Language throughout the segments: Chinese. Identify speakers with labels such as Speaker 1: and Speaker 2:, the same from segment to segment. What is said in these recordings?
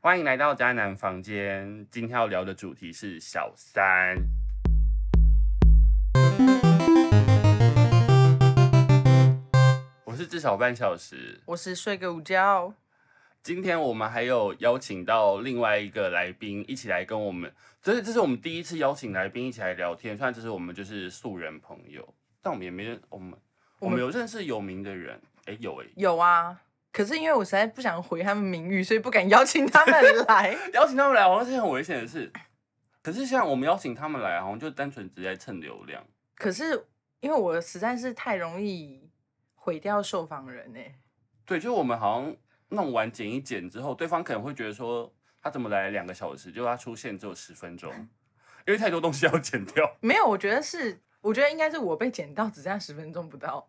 Speaker 1: 欢迎来到渣男房间。今天要聊的主题是小三。我是至少半小时。
Speaker 2: 我是睡个午觉，
Speaker 1: 今天我们还有邀请到另外一个来宾一起来跟我们，这是这是我们第一次邀请来宾一起来聊天，虽然这是我们就是素人朋友，但我们也没认我们我
Speaker 2: 我们
Speaker 1: 们有认识有名的人，哎、有哎、
Speaker 2: 有啊。可是因为我实在不想毁他们名誉，所以不敢邀请他们来。
Speaker 1: 邀请他们来好像是件很危险的事，可是像我们邀请他们来，好像就单纯只在蹭流量。
Speaker 2: 可是因为我实在是太容易毁掉受访人欸呢、
Speaker 1: 对，就我们好像弄完剪一剪之后，对方可能会觉得说他怎么来两个小时，就他出现只有十分钟，因为太多东西要剪掉。
Speaker 2: 没有，我觉得是，我觉得应该是我被剪到只剩下十分钟不到，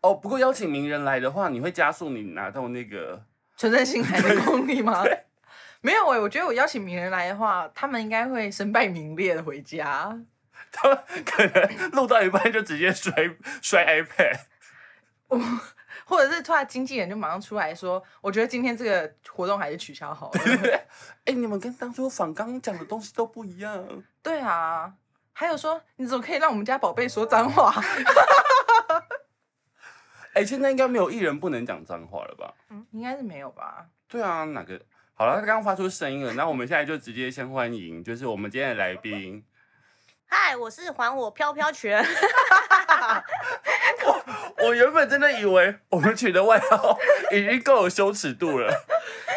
Speaker 1: 哦，不过邀请名人来的话，你会加速你拿到那个
Speaker 2: 纯正性来的功力吗？ 没有哎、我觉得我邀请名人来的话，他们应该会身败名裂的回家。
Speaker 1: 他可能录到一半就直接摔摔 iPad。
Speaker 2: 或者是突然经纪人就马上出来说，我觉得今天这个活动还是取消好了。
Speaker 1: 哎、你们跟当初访刚讲的东西都不一样。
Speaker 2: 对啊，还有说你怎么可以让我们家宝贝说脏话？
Speaker 1: 哎、现在应该没有艺人不能讲脏话了吧？
Speaker 2: 嗯，应该是没有吧？
Speaker 1: 对啊，哪个？好了，他刚刚发出声音了，那我们现在就直接先欢迎，就是我们今天的来宾。
Speaker 3: 嗨，我是还我飘飘拳，
Speaker 1: 我原本真的以为我们取的外号已经够有羞耻度了，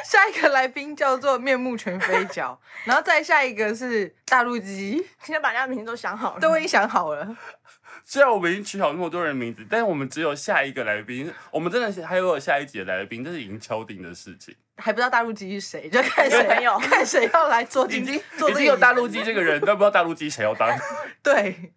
Speaker 2: 下一个来宾叫做面目全非角，然后再下一个是大陆鸡，
Speaker 3: 今天把大家名字都想好了。
Speaker 2: 都已经想好了。
Speaker 1: 虽然我们已经取好那么多人名字，但是我们只有下一个来宾，我们真的是还有下一集的来宾，这是已经敲定的事情。
Speaker 2: 还不知道大陆鸡是谁，就看谁
Speaker 3: 没 有
Speaker 2: 看谁要来做
Speaker 1: 已
Speaker 2: 经
Speaker 1: 经
Speaker 2: 做
Speaker 1: 已
Speaker 2: 这个
Speaker 1: 经有大
Speaker 2: 演
Speaker 1: 陆鸡这个人，但不知道大陆鸡谁要当。
Speaker 2: 对，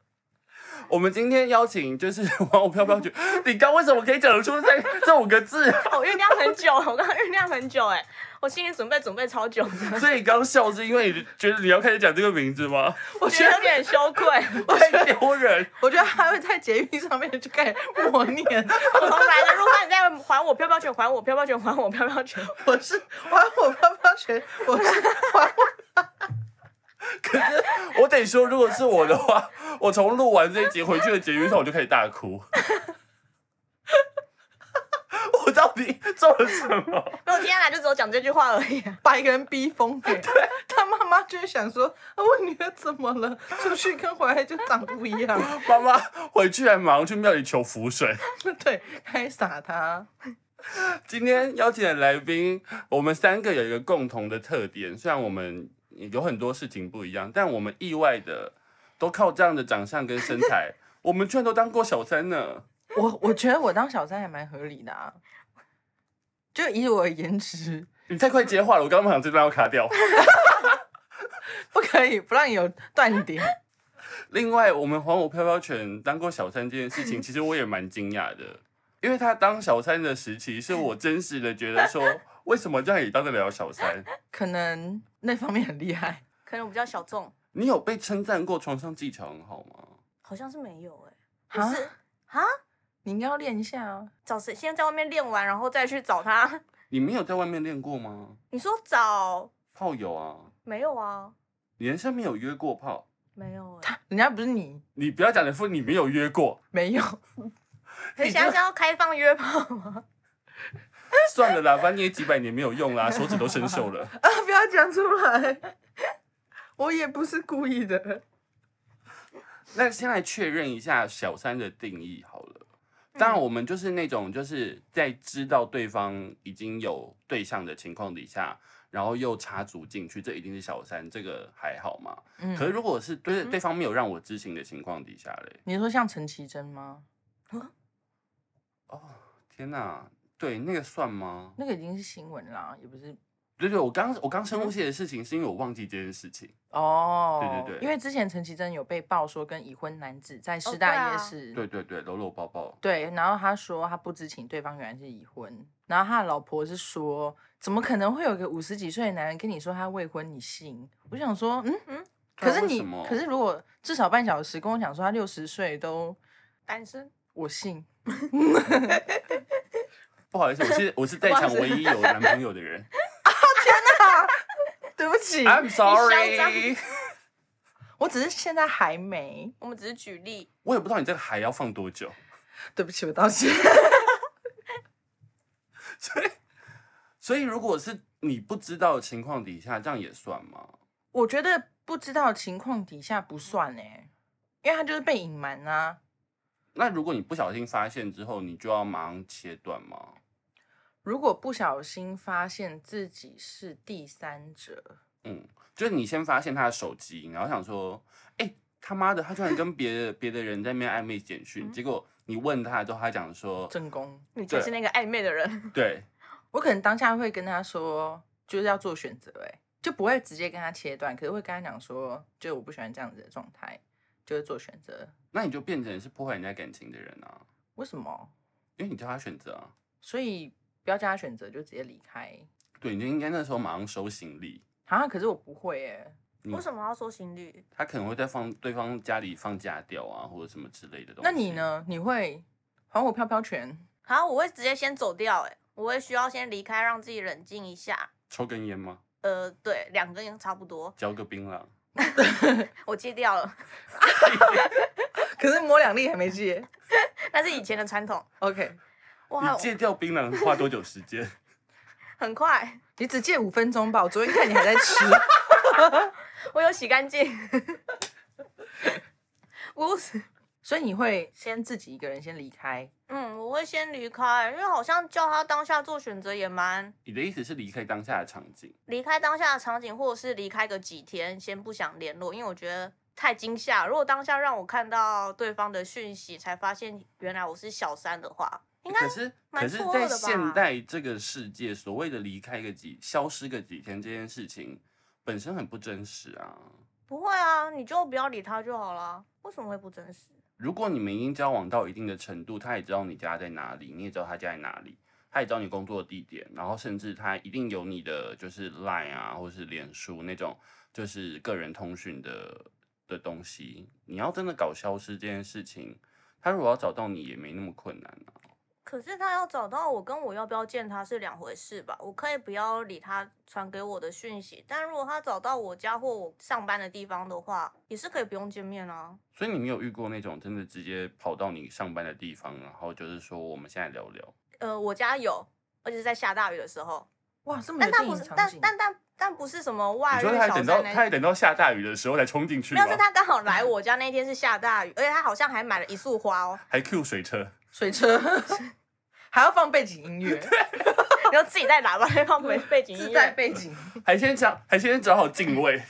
Speaker 1: 我们今天邀请就是王五飘飘局，你刚为什么可以讲得出这这五个字？
Speaker 3: 我酝酿很久，我刚刚酝酿很久，哎，我心里准备准备超久的，
Speaker 1: 所以你刚笑是因为你觉得你要开始讲这个名字吗？
Speaker 2: 我
Speaker 3: 觉
Speaker 2: 觉
Speaker 3: 得有
Speaker 2: 得
Speaker 3: 点羞愧。
Speaker 2: 我觉
Speaker 1: 太
Speaker 2: 得
Speaker 1: 丢人！
Speaker 2: 我觉得他会在捷运上面就开始默念，
Speaker 3: 我重来了，如果你再还我飘飘拳，还我飘飘拳，还我飘飘拳，
Speaker 2: 我是还我飘飘拳，我是还我
Speaker 1: 可是我得说，如果是我的话，我从录完这一集回去的结局上，我就开始大哭。我到底做了什么？
Speaker 3: 没有，今天来就只有讲这句话而已。啊
Speaker 2: 把一个人逼疯、欸。他妈妈就会想说：“啊，我女儿怎么了？出去跟回来就长不一样。
Speaker 1: 妈妈回去还马上去庙里求符水。”
Speaker 2: 对，开始打他。
Speaker 1: 今天邀请的来宾，我们三个有一个共同的特点，虽然我们有很多事情不一样，但我们意外的都靠这样的长相跟身材，我们居然都当过小三呢。
Speaker 2: 我我觉得我当小三还蛮合理的啊，就以我的颜值，
Speaker 1: 你太快接话了，我刚刚想这段要卡掉。
Speaker 2: 不可以不让你有断点。
Speaker 1: 另外，我们还我飘飘拳当过小三这件事情，其实我也蛮惊讶的，因为他当小三的时期，是我真实的觉得说，为什么这样也当得了小三？
Speaker 2: 可能那方面很厉害，
Speaker 3: 可能我比较小众，
Speaker 1: 你有被称赞过床上技巧很好吗？
Speaker 3: 好像是没有，哎，
Speaker 2: 啊
Speaker 3: 不是啊，
Speaker 2: 你应该要练一下啊。
Speaker 3: 找谁？先在外面练完，然后再去找他。
Speaker 1: 你没有在外面练过吗？
Speaker 3: 你说找
Speaker 1: 炮友啊，
Speaker 3: 没有啊？
Speaker 1: 你人生没有约过炮？
Speaker 3: 没有哎。
Speaker 2: 他人家不是你，
Speaker 1: 你不要讲的说你没有约过，
Speaker 2: 没 有，
Speaker 3: 可
Speaker 1: 你这
Speaker 3: 是现在是要开放约炮 吗？
Speaker 1: 算了啦，反正你也几百年没有用啦，手指都生锈了。
Speaker 2: 啊，不要讲出来。我也不是故意的，
Speaker 1: 那先来确认一下小三的定义好了。当
Speaker 2: 嗯
Speaker 1: 然，我们就是那种就是在知道对方已经有对象的情况底下，然后又插足进去，这一定是小三，这个还好嘛？
Speaker 2: 嗯
Speaker 1: 可是如果是对
Speaker 3: 嗯
Speaker 1: 对方没有让我知情的情况底下嘞，
Speaker 2: 你说像陈绮贞吗？
Speaker 1: 哦，天哪，对那个算吗？
Speaker 2: 那个已嗯经是新闻啦，也不是
Speaker 1: 对对，我刚我刚深呼吸的事情是因为我忘记这件事情。
Speaker 2: 哦，
Speaker 1: 对对
Speaker 2: 因为之前陈绮贞有被爆说跟已婚男子在师
Speaker 3: 对
Speaker 2: 大
Speaker 3: 啊
Speaker 2: 夜市、
Speaker 1: 对对对，搂搂抱抱。
Speaker 2: 对然后他说他不知情对方原来是已婚，然后他的老婆是说，怎么可能会有个五十几岁的男人跟你说他未婚你信？我想说，嗯嗯
Speaker 3: 嗯，
Speaker 2: 可是
Speaker 1: 对啊为
Speaker 2: 你
Speaker 1: 什么
Speaker 2: 可是如果至少半小时跟我讲说他六十岁都
Speaker 3: 单身。
Speaker 2: 我 信，
Speaker 1: 不好意思，我是我是在场唯一有男朋友的人。
Speaker 2: 啊，起，
Speaker 1: I'm
Speaker 3: 你
Speaker 1: sorry，
Speaker 2: 啊我只是现在还没，
Speaker 3: 我们只是举例，
Speaker 1: 我也不知道你这个还要放多久，
Speaker 2: 对不起，我道歉。
Speaker 1: 所以所以如果是你不知道的情况底下，这样也算吗？
Speaker 2: 我觉得不知道的情况底下不算哎、因为他就是被隐瞒啊。
Speaker 1: 那如果你不小心发现之后，你就要马上切断吗？
Speaker 2: 如果不小心发现自己是第三者，
Speaker 1: 嗯，就是你先发现他的手机，然后想说，哎、他妈的，他居然跟别的 别的人在那边暧昧简讯，
Speaker 3: 嗯
Speaker 1: 结果你问他之后，他讲说，
Speaker 2: 正宫，
Speaker 3: 你才
Speaker 1: 对
Speaker 3: 是那个暧昧的人。
Speaker 1: 对，
Speaker 2: 我可能当下会跟他说，就是要做选择哎、就不会直接跟他切断，可是会跟他讲说，就我不喜欢这样子的状态，就是做选择。
Speaker 1: 那你就变成是破坏人家感情的人啊，
Speaker 2: 为什么？
Speaker 1: 因为你叫他选择啊，
Speaker 2: 所以不要叫他选择，就直接离开。
Speaker 1: 对，你就应该那时候马上收行李，
Speaker 2: 啊，可是我不会哎、
Speaker 1: 嗯
Speaker 3: 为什么要收行李？
Speaker 1: 他可能会在放对方家里放假掉啊，或者什么之类的东西。
Speaker 2: 那你？呢？你会还我飘飘拳？
Speaker 3: 好，我会直接先走掉、欸，我会需要先离开，让自己冷静一下。
Speaker 1: 抽根烟吗？
Speaker 3: 呃，对，两根也差不多，
Speaker 1: 嚼个槟榔？
Speaker 3: 我戒掉了，
Speaker 2: 可是摸两粒还没戒。
Speaker 3: 那是以前的 传统。
Speaker 2: OK，
Speaker 3: 哇
Speaker 1: 你，戒掉槟榔花多久时间？
Speaker 3: 很快，
Speaker 2: 你只戒五分钟吧。我昨天看你还在吃，
Speaker 3: 我有洗干净。 我
Speaker 2: 所以你会先自己一个人先离开。
Speaker 3: 嗯，我会先离开，因为好像叫他当下做选择也蛮
Speaker 1: 你的意思是离开当下的场景？
Speaker 3: 离开当下的场景，或者是离开个几天，先不想联络，因为我觉得太惊吓。如果当下让我看到对方的讯息，才发现原来我是小三的话，应该
Speaker 1: 可是，可
Speaker 3: 蛮
Speaker 1: 是
Speaker 3: 错愕
Speaker 1: 在
Speaker 3: 的吧
Speaker 1: 现代这个世界，所谓的离开个几、消失个几天这件事情，本身很不真实啊。
Speaker 3: 不会啊，你就不要理他就好啦。为什么会不真实？
Speaker 1: 如果你们已经交往到一定的程度，他也知道你家在哪里，你也知道他家在哪里，他也知道你工作的地点，然后甚至他一定有你的就是 Line 啊，或是脸书那种就是个人通讯的的东西。你要真的搞消失这件事情，他如果要找到你也没那么困难啊。
Speaker 3: 可是他要找到我跟我要不要见他是两回事吧？我可以不要理他传给我的讯息，但如果他找到我家或我上班的地方的话，也是可以不用见面啊。
Speaker 1: 所以你没有遇过那种真的直接跑到你上班的地方，然后就是说我们现在聊聊。
Speaker 3: 呃，我家有，而且是在下大雨的时候，
Speaker 2: 哇，这么
Speaker 3: 但
Speaker 2: 有
Speaker 3: 他
Speaker 2: 电
Speaker 3: 不
Speaker 2: 影
Speaker 3: 是，
Speaker 2: 场
Speaker 3: 但
Speaker 2: 景。
Speaker 3: 但但但不是什么
Speaker 1: 你
Speaker 3: 外遇
Speaker 1: 说他还
Speaker 3: 小
Speaker 1: 等
Speaker 3: 三
Speaker 1: 到
Speaker 3: 那
Speaker 1: 他还等到下大雨的时候才冲进去
Speaker 3: 没
Speaker 1: 吗
Speaker 3: 有，？是他刚好来我家那天是下大雨，而且他好像还买了一束花哦，
Speaker 1: 还 Q 水车？
Speaker 2: 水车 还要放背景音乐，
Speaker 3: 然后自己带喇叭在放背背景音
Speaker 2: 自带
Speaker 3: 乐，
Speaker 2: 背景。
Speaker 1: 还先找还先找好敬畏？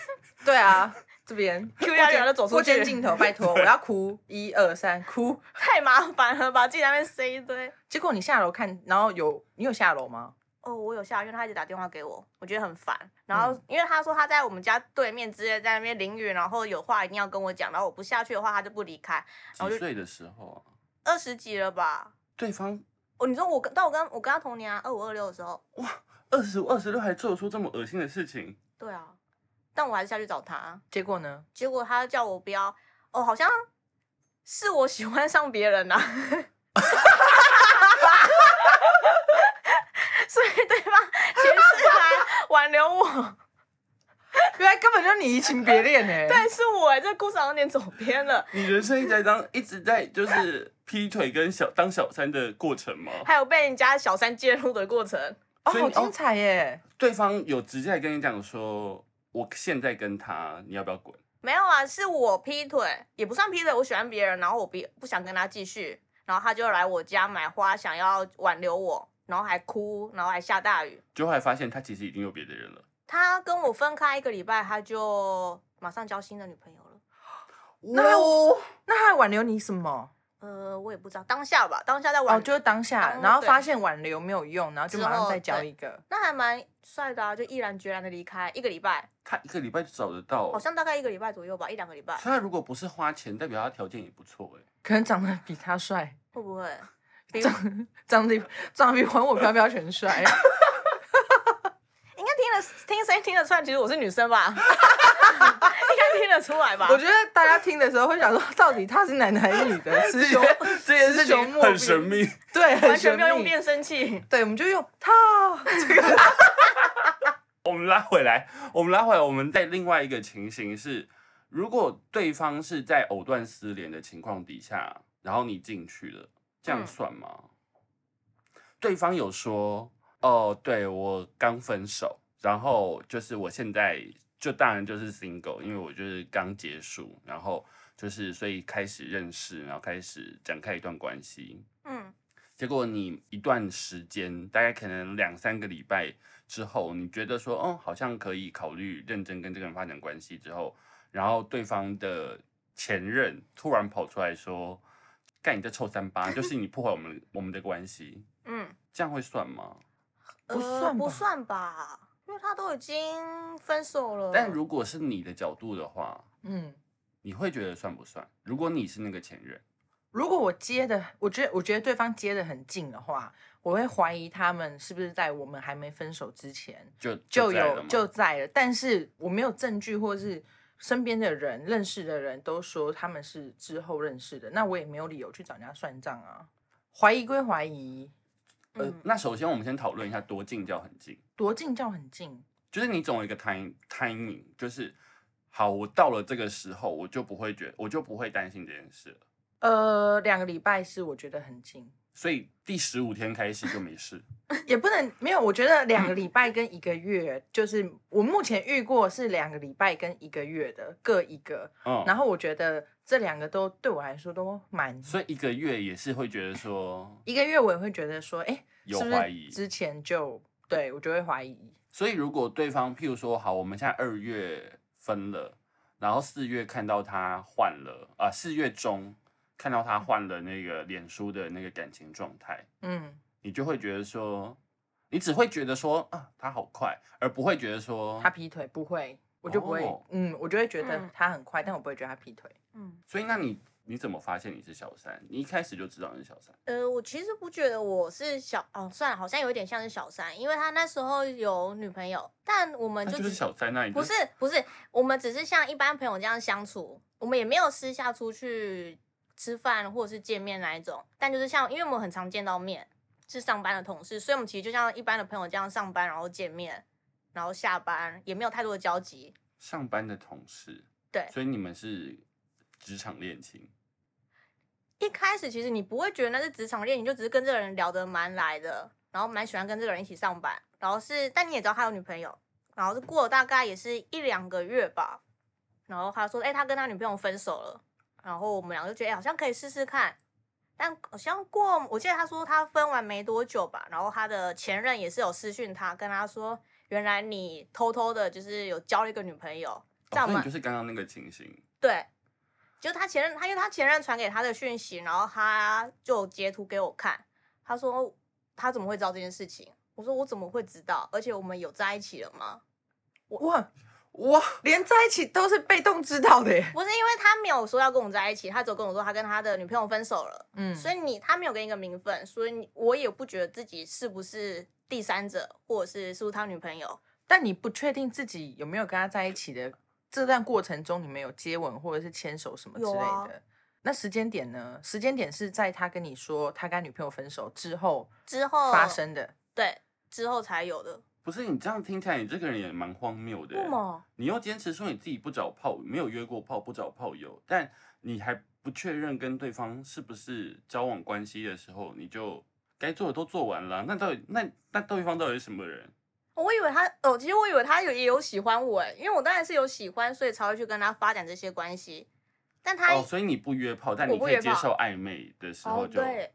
Speaker 2: 对啊， 这边
Speaker 3: Q 一下人就走出去
Speaker 2: 过肩镜头，拜托，我要哭，一二三，哭。
Speaker 3: 太麻烦了吧，自己在那边塞一堆。
Speaker 2: 结果你下楼看，然后有你有下楼吗？
Speaker 3: 哦，我有下雨，因为他一直打电话给我，我觉得很烦。然后、因为他说他在我们家对面之类，在那边淋雨，然后有话一定要跟我讲，然后我不下去的话他就不离开。 然后
Speaker 1: 几
Speaker 3: 就
Speaker 1: 岁的时候啊？
Speaker 3: 二十几了吧？
Speaker 1: 对方
Speaker 3: 哦，你说我跟，但我跟我跟他同年啊，二五二六的时候，
Speaker 1: 二十五、二十六还做出这么恶心的事情，
Speaker 3: 对啊，但我还是下去找他，
Speaker 2: 结果呢？
Speaker 3: 结果他叫我不要，哦，好像是我喜欢上别人啦、啊 所以对方其实来挽留我，
Speaker 2: 原来根本就你移情别恋 呢、
Speaker 3: 但是我哎、这故事好像有点走偏了。
Speaker 1: 你人生一直在当一直在就是劈腿跟小当小三的过程吗？
Speaker 3: 还有被人家小三介入的过程。
Speaker 2: 哦，
Speaker 1: 所以
Speaker 2: 好
Speaker 1: 你
Speaker 2: 精彩耶！
Speaker 1: 对方有直接来跟你讲说，我现在跟他，你要不要滚？
Speaker 3: 没有啊，是我劈腿，也不算劈腿，我喜欢别人，然后我不不想跟他继续，然后他就来我家买花，想要挽留我，然后还哭，然后还下大雨。
Speaker 1: 结果还发现他其实已经有别的人了。
Speaker 3: 他跟我分开一个礼拜，他就马上交新的女朋友了。
Speaker 2: 那
Speaker 1: 哇哦
Speaker 2: 那他还挽留你什么？
Speaker 3: 呃，我也不知道，当下吧，当下在挽，
Speaker 2: 哦，就是当下，
Speaker 3: 当
Speaker 2: 然后
Speaker 3: 对
Speaker 2: 发现挽留没有用，然后就马
Speaker 3: 之
Speaker 2: 上
Speaker 3: 后
Speaker 2: 再交一个。
Speaker 3: 那还蛮帅的啊，就毅然决然的离开一个礼拜，
Speaker 1: 他一个礼拜就找得到，
Speaker 3: 好像大概一个礼拜左右吧，一两个礼拜，
Speaker 1: 所以他如果不是花钱，代表他条件也不错哎、
Speaker 2: 可能长得比他帅，
Speaker 3: 会不会？比
Speaker 2: 长长得比长得比还我飘飘全帅。
Speaker 3: 应该听得听声音听得出来，其实我是女生 吧？应该听得出来吧？
Speaker 2: 我觉得大家听的时候会想说，到底他是男的还是女的？雌雄，
Speaker 1: 这件
Speaker 2: 事情
Speaker 1: 很神秘。
Speaker 2: 对，
Speaker 3: 完全
Speaker 2: 很神
Speaker 3: 没有用
Speaker 2: 秘
Speaker 3: 变声器。
Speaker 2: 对，我们就用他这个。
Speaker 1: 我们拉回来，我们拉回来，我们在另外一个情形是，如果对方是在藕断丝连的情况底下，然后你进去了，这样
Speaker 3: 嗯
Speaker 1: 算吗？对方有说，哦，对我刚分手，然后就是我现在就当然就是 single，因为我就是刚结束，然后就是所以开始认识，然后开始展开一段关系。
Speaker 3: 嗯，
Speaker 1: 结果你一段时间，大概可能两三个礼拜之后，你觉得说，哦，好像可以考虑认真跟这个人发展关系之后，然后对方的前任突然跑出来说，干你这臭三八，就是你破坏我们我们的关系，
Speaker 3: 嗯，
Speaker 1: 这样会算吗？
Speaker 3: 呃
Speaker 2: 不算
Speaker 3: 不
Speaker 2: 吧
Speaker 3: 算吧，因为他都已经分手了。
Speaker 1: 但如果是你的角度的话，
Speaker 2: 嗯，
Speaker 1: 你会觉得算不算？如果你是那个前任，
Speaker 2: 如果我接的，我觉得我觉得对方接的很近的话，我会怀疑他们是不是在我们还没分手之前
Speaker 1: 就
Speaker 2: 就
Speaker 1: 在了
Speaker 2: 有
Speaker 1: 吗
Speaker 2: 就在了，但是我没有证据或是。身边的人、认识的人都说他们是之后认识的，那我也没有理由去找人家算账啊。怀疑归怀疑，
Speaker 1: 呃，
Speaker 2: 嗯
Speaker 3: 嗯
Speaker 1: 那首先我们先讨论一下多近叫很近。
Speaker 2: 多近叫很近，
Speaker 1: 就是你总有一个 time timing，就是好，我到了这个时候，我就不会觉我就不会担心这件事了。
Speaker 2: 呃，两个礼拜是我觉得很近，
Speaker 1: 所以第十五天开始就没事，
Speaker 2: 也不能没有。我觉得两个礼拜跟一个月，就是我目前遇过是两个礼拜跟一个月的各一个，
Speaker 1: 嗯，
Speaker 2: 然后我觉得这两个都对我来说都蛮。
Speaker 1: 所以一个月也是会觉得说
Speaker 2: 一个月我也会觉得说，哎，
Speaker 1: 有
Speaker 2: 是不
Speaker 1: 怀
Speaker 2: 是
Speaker 1: 疑。
Speaker 2: 之前就对我就会怀疑，
Speaker 1: 所以如果对方譬如说好，我们现在二月分了，然后四月看到他换了啊，四、月中看到他换了那个脸书的那个感情状态，
Speaker 2: 嗯，
Speaker 1: 你就会觉得说，你只会觉得说啊，他好快，而不会觉得说
Speaker 2: 他劈腿不会，我就不会，
Speaker 1: 哦
Speaker 2: 嗯，我就会觉得
Speaker 3: 嗯
Speaker 2: 他很快，但我不会觉得他劈腿。
Speaker 3: 嗯，
Speaker 1: 所以那你你怎么发现你是小三？你一开始就知道你是小三，
Speaker 3: 呃，我其实不觉得我是小，哦，算了，好像有点像是小三，因为他那时候有女朋友，但我们
Speaker 1: 那
Speaker 3: 就
Speaker 1: 就是
Speaker 3: 只
Speaker 1: 小三啊那你就
Speaker 3: 不是不是，我们只是像一般朋友这样相处，我们也没有私下出去吃饭或者是见面那一种，但就是像，因为我们很常见到面，是上班的同事，所以我们其实就像一般的朋友这样上班，然后见面，然后下班，也没有太多的交集。
Speaker 1: 上班的同事，
Speaker 3: 对
Speaker 1: 所以你们是职场恋情，
Speaker 3: 一开始其实你不会觉得那是职场恋情，就只是跟这个人聊得蛮来的，然后蛮喜欢跟这个人一起上班，然后是，但你也知道他有女朋友，然后是过了大概也是一两个月吧，然后他说，哎、他跟他女朋友分手了，然后我们两个就觉得，哎、好像可以试试看，但好像过，我记得他说他分完没多久吧，然后他的前任也是有私讯他，跟他说，原来你偷偷的就是有交了一个女朋友，
Speaker 1: 哦、
Speaker 3: 这样
Speaker 1: 所以
Speaker 3: 嘛
Speaker 1: 你就，是刚刚那个情形，
Speaker 3: 对，就他前任，他因为他前任传给他的讯息，然后他就有截图给我看，他说他怎么会知道这件事情？我说我怎么会知道？而且我们有在一起了吗？
Speaker 2: 哇，
Speaker 1: 哇，
Speaker 2: 连在一起都是被动知道的耶，
Speaker 3: 不是，因为他没有说要跟我在一起，他只有跟我说他跟他的女朋友分手了，
Speaker 2: 嗯，
Speaker 3: 所以你他没有给你一个名分，所以你我也不觉得自己是不是第三者，或者是是不是他女朋友。
Speaker 2: 但你不确定自己有没有跟他在一起的这段过程中，你们有接吻或者是牵手什么之类
Speaker 3: 有
Speaker 2: 的。
Speaker 3: 啊
Speaker 2: 那时间点呢？时间点是在他跟你说他跟他女朋友分手之后
Speaker 3: 之后
Speaker 2: 发生的。
Speaker 3: 对之后才有的，
Speaker 1: 不是你这样听起来，你这个人也蛮荒谬的耶。欸
Speaker 3: 么？
Speaker 1: 你又坚持说你自己不找炮，没有约过炮，不找炮友，但你还不确认跟对方是不是交往关系的时候，你就该做的都做完了。那到底那那对方到底是什么人？
Speaker 3: 我以为他哦，其实我以为他有也有喜欢我哎，因为我当然是有喜欢，所以才会去跟他发展这些关系。但他
Speaker 1: 哦，所以你不约炮，但
Speaker 3: 我
Speaker 1: 你
Speaker 3: 不
Speaker 1: 可以
Speaker 3: 约
Speaker 1: 接
Speaker 3: 炮
Speaker 1: 受暧昧的时候
Speaker 3: 哦
Speaker 1: 就。
Speaker 3: 对，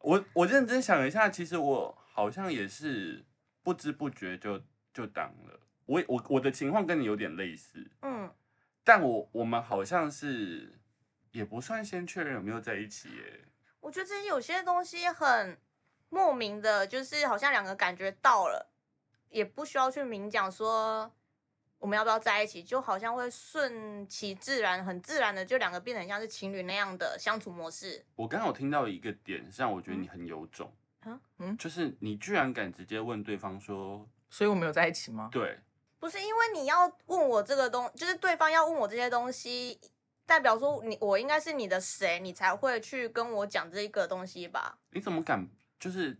Speaker 1: 我我认真想了一下，其实我好像也是不知不觉就就当了。我我我的情况跟你有点类似，
Speaker 3: 嗯，
Speaker 1: 但我我们好像是也不算先确认有没有在一起耶。
Speaker 3: 我觉得这些有些东西很莫名的，就是好像两个感觉到了，也不需要去明讲说我们要不要在一起，就好像会顺其自然，很自然的就两个变成像是情侣那样的相处模式。
Speaker 1: 我刚好听到一个点，是让我觉得你很有种
Speaker 3: 啊，
Speaker 2: 嗯
Speaker 1: 就是你居然敢直接问对方说
Speaker 2: 所以我们有在一起吗？
Speaker 1: 对，
Speaker 3: 不是因为你要问我这个东，就是对方要问我这些东西，代表说你我应该是你的谁，你才会去跟我讲这个东西吧？
Speaker 1: 你怎么敢就是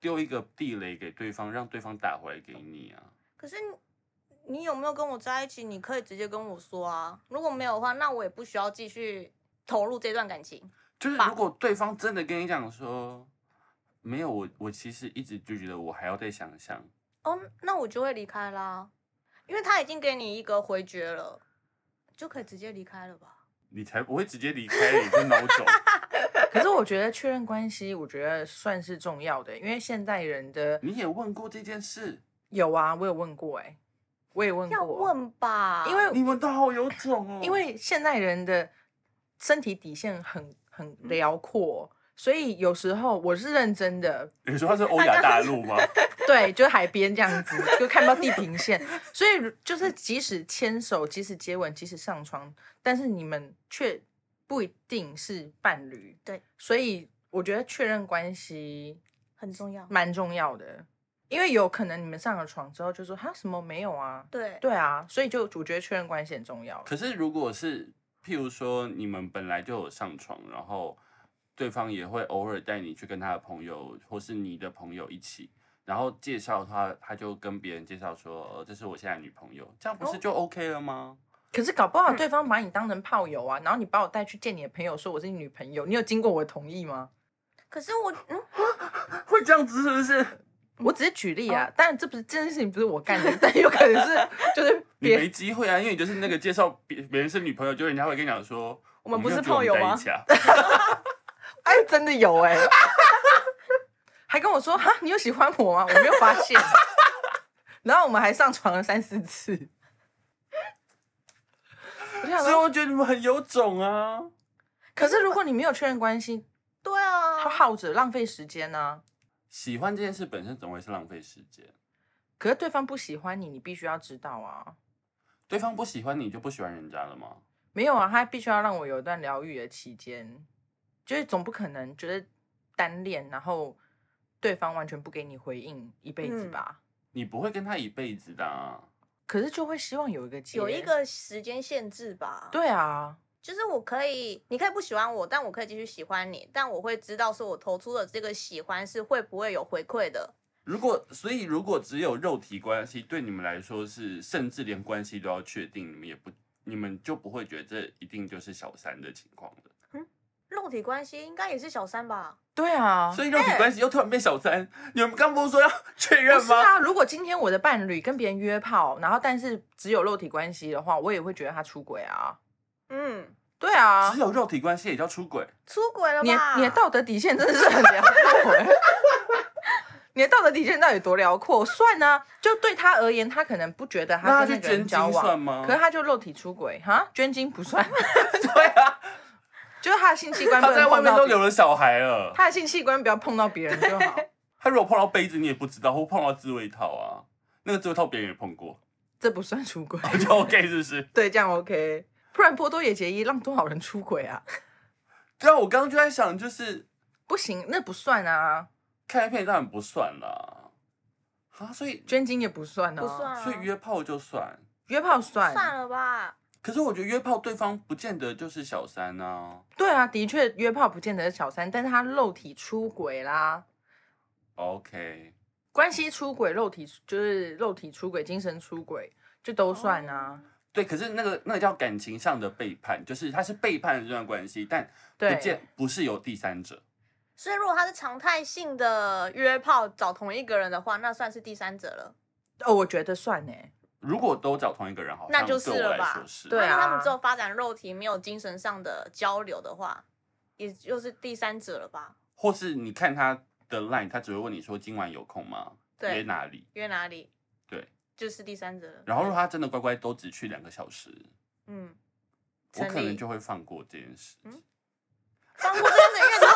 Speaker 1: 丢一个地雷给对方，让对方打回来给你啊？
Speaker 3: 可是你你有没有跟我在一起？你可以直接跟我说啊。如果没有的话，那我也不需要继续投入这段感情。
Speaker 1: 就是
Speaker 3: 吧
Speaker 1: 如果对方真的跟你讲说没有，我我其实一直就觉得我还要再想想，
Speaker 3: 哦，那我就会离开啦，因为他已经给你一个回绝了，就可以直接离开了吧？
Speaker 1: 你才不会直接离开你就脑走。
Speaker 2: 可是我觉得确认关系，我觉得算是重要的，因为现代人的
Speaker 1: 你也问过这件事，
Speaker 2: 有啊，我有问过哎、我也问过，
Speaker 3: 要问吧，
Speaker 2: 因为
Speaker 1: 你们都好有种哦。
Speaker 2: 因为现代人的身体底线很
Speaker 3: 嗯
Speaker 2: 很辽阔，所以有时候我是认真的，
Speaker 1: 你说他是欧亚大陆吗？
Speaker 2: 对，就海边这样子，就看不到地平线，所以就是即使牵手，即使接吻，即使上床，但是你们却不一定是伴侣，
Speaker 3: 对，
Speaker 2: 所以我觉得确认关系
Speaker 3: 很重要。
Speaker 2: 蛮重要的，因为有可能你们上了床之后就说哈什么没有啊，
Speaker 3: 对，
Speaker 2: 对啊，所以就我觉得确认关系很重要。
Speaker 1: 可是如果是譬如说你们本来就有上床，然后对方也会偶尔带你去跟他的朋友或是你的朋友一起，然后介绍他，他就跟别人介绍说，呃，这是我现在的女朋友，这样不是就 OK 了吗？
Speaker 2: 可是搞不好
Speaker 3: 嗯
Speaker 2: 对方把你当成炮友啊，然后你把我带去见你的朋友，说我是你女朋友，你有经过我的同意吗？
Speaker 3: 可是我，嗯，
Speaker 1: 会这样子是不是？
Speaker 2: 我只是举例
Speaker 1: 哦
Speaker 2: 啊，当然这不是这件事情不是我干的，但有可能 是就是
Speaker 1: 你
Speaker 2: 别
Speaker 1: 没机会啊，因为你就是那个介绍别别人是女朋友，就人家会跟你讲说，
Speaker 3: 我们不
Speaker 1: 没有
Speaker 3: 是
Speaker 1: 觉得我
Speaker 3: 炮友
Speaker 1: 们在
Speaker 3: 吗
Speaker 1: 一起 啊？
Speaker 2: 哎真的有哎、还跟我说哈你有喜欢我吗？我没有发现，然后我们还上床了三四次， 我就想
Speaker 1: 所以
Speaker 2: 说，
Speaker 1: 我觉得你们很有种啊。
Speaker 2: 可是如果你没有确认关系，
Speaker 3: 对啊
Speaker 2: 他，耗着浪费时间啊。
Speaker 1: 喜欢这件事本身总会是浪费时间，
Speaker 2: 可是对方不喜欢你，你必须要知道啊。
Speaker 1: 对方不喜欢你就不喜欢人家了吗？
Speaker 2: 没有啊，他必须要让我有一段疗愈的期间，就是总不可能觉得单恋，然后对方完全不给你回应一辈子
Speaker 3: 嗯
Speaker 2: 吧。
Speaker 1: 你不会跟他一辈子的、啊。
Speaker 2: 可是就会希望有一个结
Speaker 3: 有一个时间限制吧？，
Speaker 2: 对啊，
Speaker 3: 就是我可以，你可以不喜欢我，但我可以继续喜欢你，但我会知道说我投出的这个喜欢是会不会有回馈的。
Speaker 1: 如果所以如果只有肉体关系，对你们来说是甚至连关系都要确定，你们也不你们就不会觉得这一定就是小三的情况了。
Speaker 3: 肉体关系应该也是小三吧？
Speaker 2: 对
Speaker 3: 哦
Speaker 2: 啊。
Speaker 1: 所以肉
Speaker 3: 哎
Speaker 1: 体关系又突然变小三，你们刚不是说要 确认
Speaker 2: 不是
Speaker 1: 吗？
Speaker 2: 啊，如果今天我的伴侣跟别人约炮，然后但是只有肉体关系的话，我也会觉得他出轨啊。
Speaker 3: 嗯，
Speaker 2: 对啊
Speaker 1: 只，有肉体关系也叫出轨？
Speaker 3: 出轨了
Speaker 2: 你的
Speaker 3: 吧？
Speaker 2: 你的道德底线真的是很辽阔、欸。你的道德底线到底多辽阔？算啊，就对他而言，他可能不觉得
Speaker 1: 那他
Speaker 2: 他
Speaker 1: 去
Speaker 2: 跟那个人
Speaker 1: 捐
Speaker 2: 交
Speaker 1: 精
Speaker 2: 往，
Speaker 1: 算吗
Speaker 2: 可？是他就肉体出轨哈，捐精 不算，对啊， 就是他的性器官不
Speaker 1: 他在
Speaker 2: 能
Speaker 1: 外
Speaker 2: 碰
Speaker 1: 面都
Speaker 2: 到别
Speaker 1: 留
Speaker 2: 人，
Speaker 1: 了小孩了，
Speaker 2: 他的性器官不要碰到别人就好。
Speaker 1: 他如果碰到杯子你也不知道，或碰到自慰套啊，那个自慰套别人也碰过，
Speaker 2: 这不算出轨，
Speaker 1: 就 OK 是不是？
Speaker 2: 对，这样 OK。不然波多野结衣让多少人出轨啊？
Speaker 1: 对啊，我刚刚就在想，就是
Speaker 2: 不行，那不算啊，
Speaker 1: 看 A 片当然不算啦，啊，所以
Speaker 2: 捐精也不算啊，
Speaker 3: 不算、啊，
Speaker 1: 所以约炮就算。
Speaker 2: 约炮算，
Speaker 3: 算了吧。
Speaker 1: 可是我觉得约炮对方不见得就是小三啊。
Speaker 2: 对啊，的确约炮不见得是小三，但是他肉体出轨啦，
Speaker 1: OK，
Speaker 2: 关系出轨、肉体就是肉体出轨、精神出轨，就都算啊。
Speaker 1: 对，可是那个那个叫感情上的背叛，就是他是背叛这段关系，但不
Speaker 2: 对，
Speaker 1: 见不是有第三者。
Speaker 3: 所以如果他是常态性的约炮找同一个人的话，那算是第三者了。
Speaker 2: 哦，我觉得算呢、
Speaker 1: 如果都找同一个人，好
Speaker 3: 那
Speaker 1: 像
Speaker 3: 就是
Speaker 1: 对我
Speaker 3: 了
Speaker 1: 来
Speaker 3: 吧
Speaker 1: 说？是。
Speaker 2: 对
Speaker 3: 如
Speaker 2: 啊
Speaker 3: 果他们只有发展肉体，没有精神上的交流的话，也就是第三者了吧？
Speaker 1: 或是你看他的 line，他只会问你说今晚有空吗？
Speaker 3: 对
Speaker 1: 约哪里？
Speaker 3: 约哪里？
Speaker 1: 对，
Speaker 3: 就是第三者了。
Speaker 1: 然后如果他真的乖乖都只去两个小时，
Speaker 3: 嗯，
Speaker 1: 我可
Speaker 3: 成
Speaker 1: 能
Speaker 3: 立
Speaker 1: 就会放过这件事。
Speaker 3: 嗯放过这件事，因为只有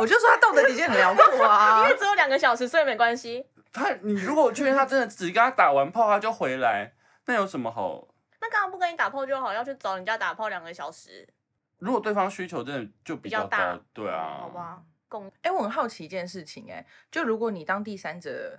Speaker 2: 我就说他道德底线很辽阔啊
Speaker 3: 因。为只有两个小时，所以没关系。
Speaker 1: 他，你如果确认他真的只跟他打完炮他就回来，那有什么好？
Speaker 3: 那干嘛不跟你打炮就好？要去找人家打炮两个小时？
Speaker 1: 如果对方需求真的就比
Speaker 3: 比较
Speaker 1: 较高，
Speaker 3: 大
Speaker 1: 对啊，
Speaker 3: 好吧，共
Speaker 2: 哎、我很好奇一件事情、哎，就如果你当第三者，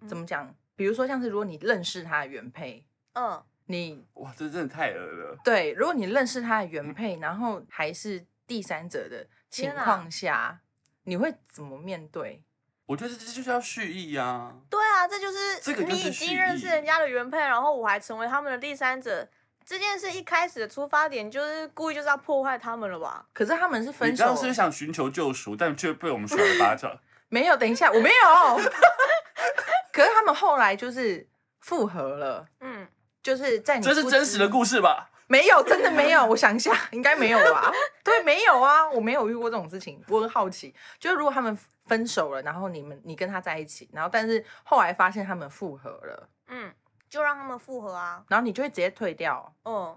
Speaker 1: 嗯
Speaker 2: 怎么讲？比如说像是如果你认识他的原配，
Speaker 3: 嗯，
Speaker 2: 你
Speaker 1: 哇，这真的太恶了。
Speaker 2: 对，如果你认识他的原
Speaker 1: 嗯
Speaker 2: 配，然后还是第三者的情
Speaker 3: 天啊
Speaker 2: 况下，你会怎么面对？
Speaker 1: 我觉得这就是要蓄意啊。
Speaker 3: 对啊，这就是
Speaker 1: 这个就是
Speaker 3: 你已
Speaker 1: 蓄
Speaker 3: 经
Speaker 1: 意
Speaker 3: 认识人家的原配，然后我还成为他们的第三者。这件事一开始的出发点就是故意就是要破坏他们了吧？
Speaker 2: 可是他们是分
Speaker 1: 你
Speaker 2: 手
Speaker 1: 刚刚，是不是想寻求救赎，但却被我们甩了巴掌？
Speaker 2: 没有，等一下，我没有。 可是他们后来就是复合了，
Speaker 3: 嗯，
Speaker 2: 就是在你
Speaker 1: 这是
Speaker 2: 不
Speaker 1: 真
Speaker 2: 知
Speaker 1: 实的故事吧？
Speaker 2: 没有，真的没有。我想一下，应该没有 吧？对，没有啊，我没有遇过这种事情。我很好奇，就是如果他们分手了，然后你们你跟他在一起，然后但是后来发现他们复合了，
Speaker 3: 嗯，就让他们复合啊。
Speaker 2: 然后你就会直接退掉。
Speaker 3: 哦，